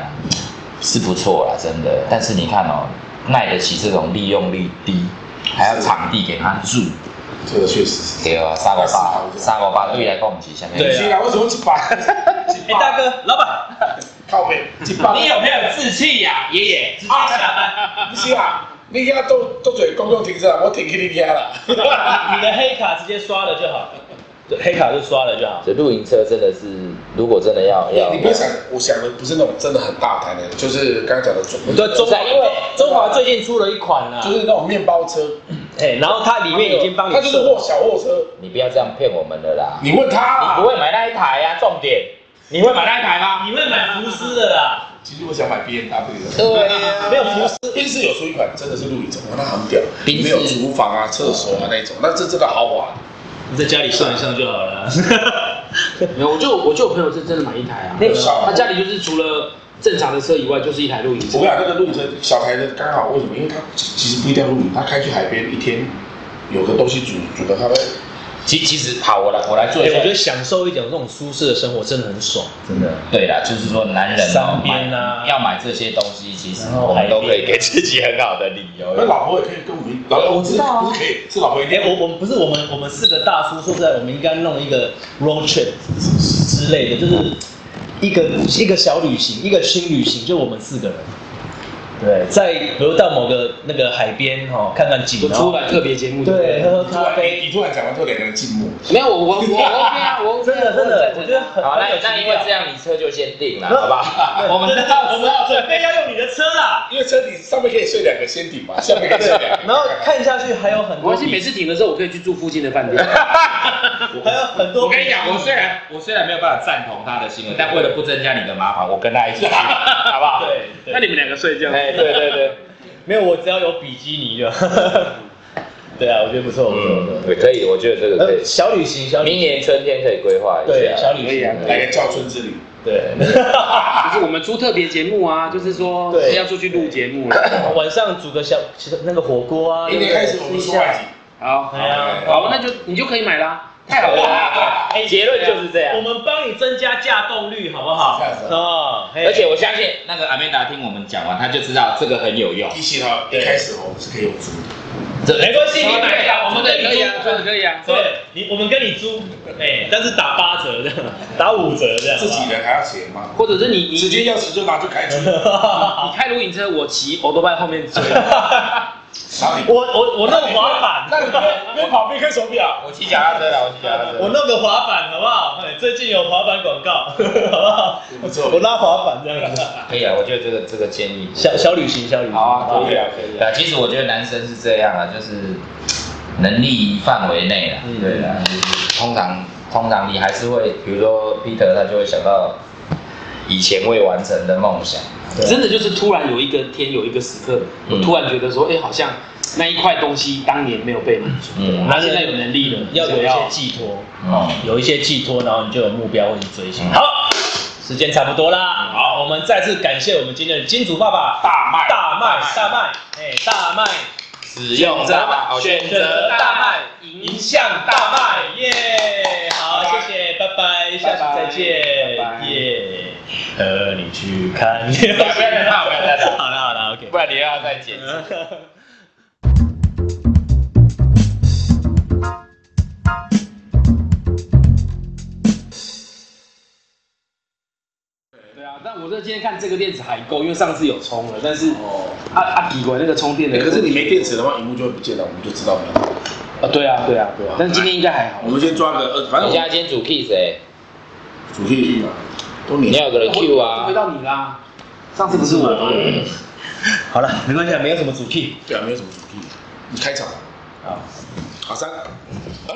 S3: 是不错啦，真的。但是你看哦，耐得起这种利用率低，还要场地给他住，
S2: 这个确实是。
S3: 对啊，三个八，三个八对来讲是下面。
S1: 对啊
S2: 行啦，为什么去把？
S1: 哎，大哥，老板，
S2: 靠背，去把。
S3: 有没有志气呀、爷爷？
S1: 啊，下班。
S2: 不是啊，你遐都都做公共停车，我停去你遐啦。
S1: 你的黑卡直接刷了就好，对黑卡就刷了就好。
S3: 这露营车真的是，如果真的要要，
S2: 你不要想，我想的不是那种真的很大台的，就是刚刚讲的准，
S1: 对，中
S3: 不是
S1: 华
S3: 啊因为
S1: 中华最近出了一款啦，
S2: 就是那种面包车，
S1: 哎，然后它里面已经帮你
S2: 它就是
S1: 设
S2: 货小货车。
S3: 你不要这样骗我们了啦。
S2: 你问他
S3: 你
S2: 啊，
S3: 不会买那一台呀、重点，你会买那一台吗？
S1: 你会买福斯的啦，
S2: 其实我想买 B N W 的。
S3: 对啊，
S1: 没有福斯，
S2: 宾士有出一款真的是露营车，哇，那很屌，
S3: 宾士
S2: 里面有厨房啊、厕所啊那种，那这真的豪华。
S1: 你在家里上一上就好 了。哎
S4: 没有，我就我就有朋友是真的买一台啊，
S2: 那个小
S4: 他家里就是除了正常的车以外，就是一台露营
S2: 我
S4: 车
S2: 跟你。讲，那个露营车小台的刚好，为什么？因为它其实不一定要露营，它开去海边一天，有个东西煮煮的，它会
S3: 其其实好，我来我来
S1: 哎，
S3: 做
S1: 我
S3: 一下。
S1: 觉得享受一点这种舒适的生活真的很爽，真的。
S3: 对啦，就是说男人哦
S1: 山边啊
S3: 买要买这些东西，其实
S1: 然后
S3: 我们都
S1: 海
S3: 可
S1: 边
S3: 以给自己很好的理由。
S2: 那老婆也可以跟我们，老婆
S3: 我知道啊
S2: 不是可以，是老婆一定
S1: 哎，我我们不是我们我们四个大叔，说实在，我们应该弄一个 road trip 之类的，就是一个一个小旅行，一个轻旅行，就我们四个人。对，在比如到某个那个海边哈、哦，看看景哦
S4: 就，
S1: 然后
S4: 出来特别节目
S1: 对，喝喝
S2: 突
S1: 咖
S2: 然
S1: 啡，
S2: 你突然讲完之后，两个人静默。
S4: 没有我我我 OK 啊，我 OK
S1: 真
S4: 啊
S1: 的真的，
S4: 我
S1: 我
S4: 很赞成
S1: 觉得很
S3: 好，那
S1: 很有啊
S3: 那因
S1: 情
S3: 为
S1: 调
S3: 这样，你车就先定了，好不好？
S4: 我们
S1: 我们要准备要用你的车啦，
S2: 因为车顶上面可以睡两个仙顶嘛，下面可以睡两个。
S1: 然后看下去还有很
S4: 没
S1: 多
S4: 关系，
S1: 比，
S4: 每次停的时候我可以去住附近的饭店。
S1: 还有很多
S3: 我
S1: 比
S3: 跟你讲，我虽然我虽然没有办法赞同他的行为，但为了不增加你的麻烦，我跟他一 起去，好不好？
S1: 对，对
S4: 那你们两个睡觉，
S3: 哎，对对对，
S1: 没有，我只要有比基尼就。 对啊，我觉得不错，不错，不错。
S3: 嗯，可以，我觉得这个可
S1: 呃，
S3: 以，
S1: 小旅行，小旅
S3: 明
S1: 行，
S3: 年春天可以规划一
S1: 对，
S3: 下
S1: 小。旅
S2: 可以啊
S1: 行，，
S2: 来个叫春之旅。
S1: 对，
S4: 就是我们出特别节目啊，就是说
S1: 对
S4: 要出去录节目了。
S1: 晚上煮个小其实那个火锅啊，
S2: 明
S1: 对
S2: 年
S1: 不对
S2: 开始我们出外景，
S4: 好，
S1: 哎呀，
S4: 好，那就你就可以买啦，太好了。
S1: 哎
S3: 结论就是这样
S1: 我们帮你增加架动率，好不好？
S2: 是这样子
S1: 哦，嘿
S3: 哎而且我相信那个阿美达听我们讲完，他就知道这个很有用。
S2: 一起哈，一开始哦，我们是可以用租的。
S3: 这
S1: 没关系，你
S4: 可以
S1: 买
S4: 啊，
S1: 啊，
S4: 我
S1: 我
S4: 们
S1: 们
S4: 可以
S1: 跟你
S4: 可以
S1: 租
S4: 啊，可以可以啊。
S1: 对你，我们跟你租，哎，但是打八折的，打五折这样。
S2: 自 己人还要钱吗？
S4: 或者是你你
S2: 直接钥匙就拿就开出去，
S4: 你开露营车，我骑欧多拜后面追。
S2: 然后你
S1: 我我我弄滑板，
S2: 那你 边边跑边看手啊表，
S3: 我骑脚踏车了，我骑脚踏
S1: 我
S3: 车。
S1: 弄个滑板好不好？哎，最近有滑板广告， 好不好？
S2: 不错
S1: 我拉滑板这样子。
S3: 可以啊，我觉得这个这个建议
S1: 小小旅行，小旅行。
S3: 好啊，
S1: 好
S3: 可以啊，可以啊。其实我觉得男生是这样啊，就是能力范围内啊，
S1: 嗯
S3: 对啊，就是通常通常你还是会，比如说 Peter 他就会想到以前未完成的梦想，
S1: 对
S4: 真的就是突然有一个天有一个时刻，我
S3: 嗯
S4: 突然觉得说，哎，好像那一块东西当年没有被满足，
S3: 嗯
S4: 他现在有能力了，
S1: 要有一
S4: 想
S1: 些寄托，
S3: 哦，
S1: 有一些寄托，然后你就有目标会去追寻。
S3: 嗯
S1: 好，时间差不多啦。好，我们再次感谢我们今天的金主爸爸
S3: 大卖
S1: 大麦大麦，哎，大麦
S3: 使用大麦，选择大麦。
S1: 麦，迎向大麦，耶！好，谢谢，拜拜，下次再见
S4: 拜拜，
S1: 耶！和你去 看，
S3: 不要再闹不要再 闹
S1: 好了好了，OK
S3: 不。然你要再解释。
S4: 对啊，但我这今天看这个电池还够，因为上次有充了，但是啊啊底管那个充电的，
S2: 哦哎可是你没电池的话，荧幕就会不见了，我们就知道没有。
S4: 啊对啊对啊对啊，但今天应该还好
S2: 我。们先抓个二，反
S3: 等
S2: 正我
S3: 一下，
S2: 们
S3: 今天主 key 谁？
S2: 主题域嘛，都
S3: 你
S2: 你
S3: 要有个人 Q
S4: 回
S3: 啊。
S4: 到你啦，上次不是我吗？
S1: 好了，没关系，没有什么主题。
S2: 对啊，没有什么主题，你开场吧。
S1: 好。
S2: 好，三，二。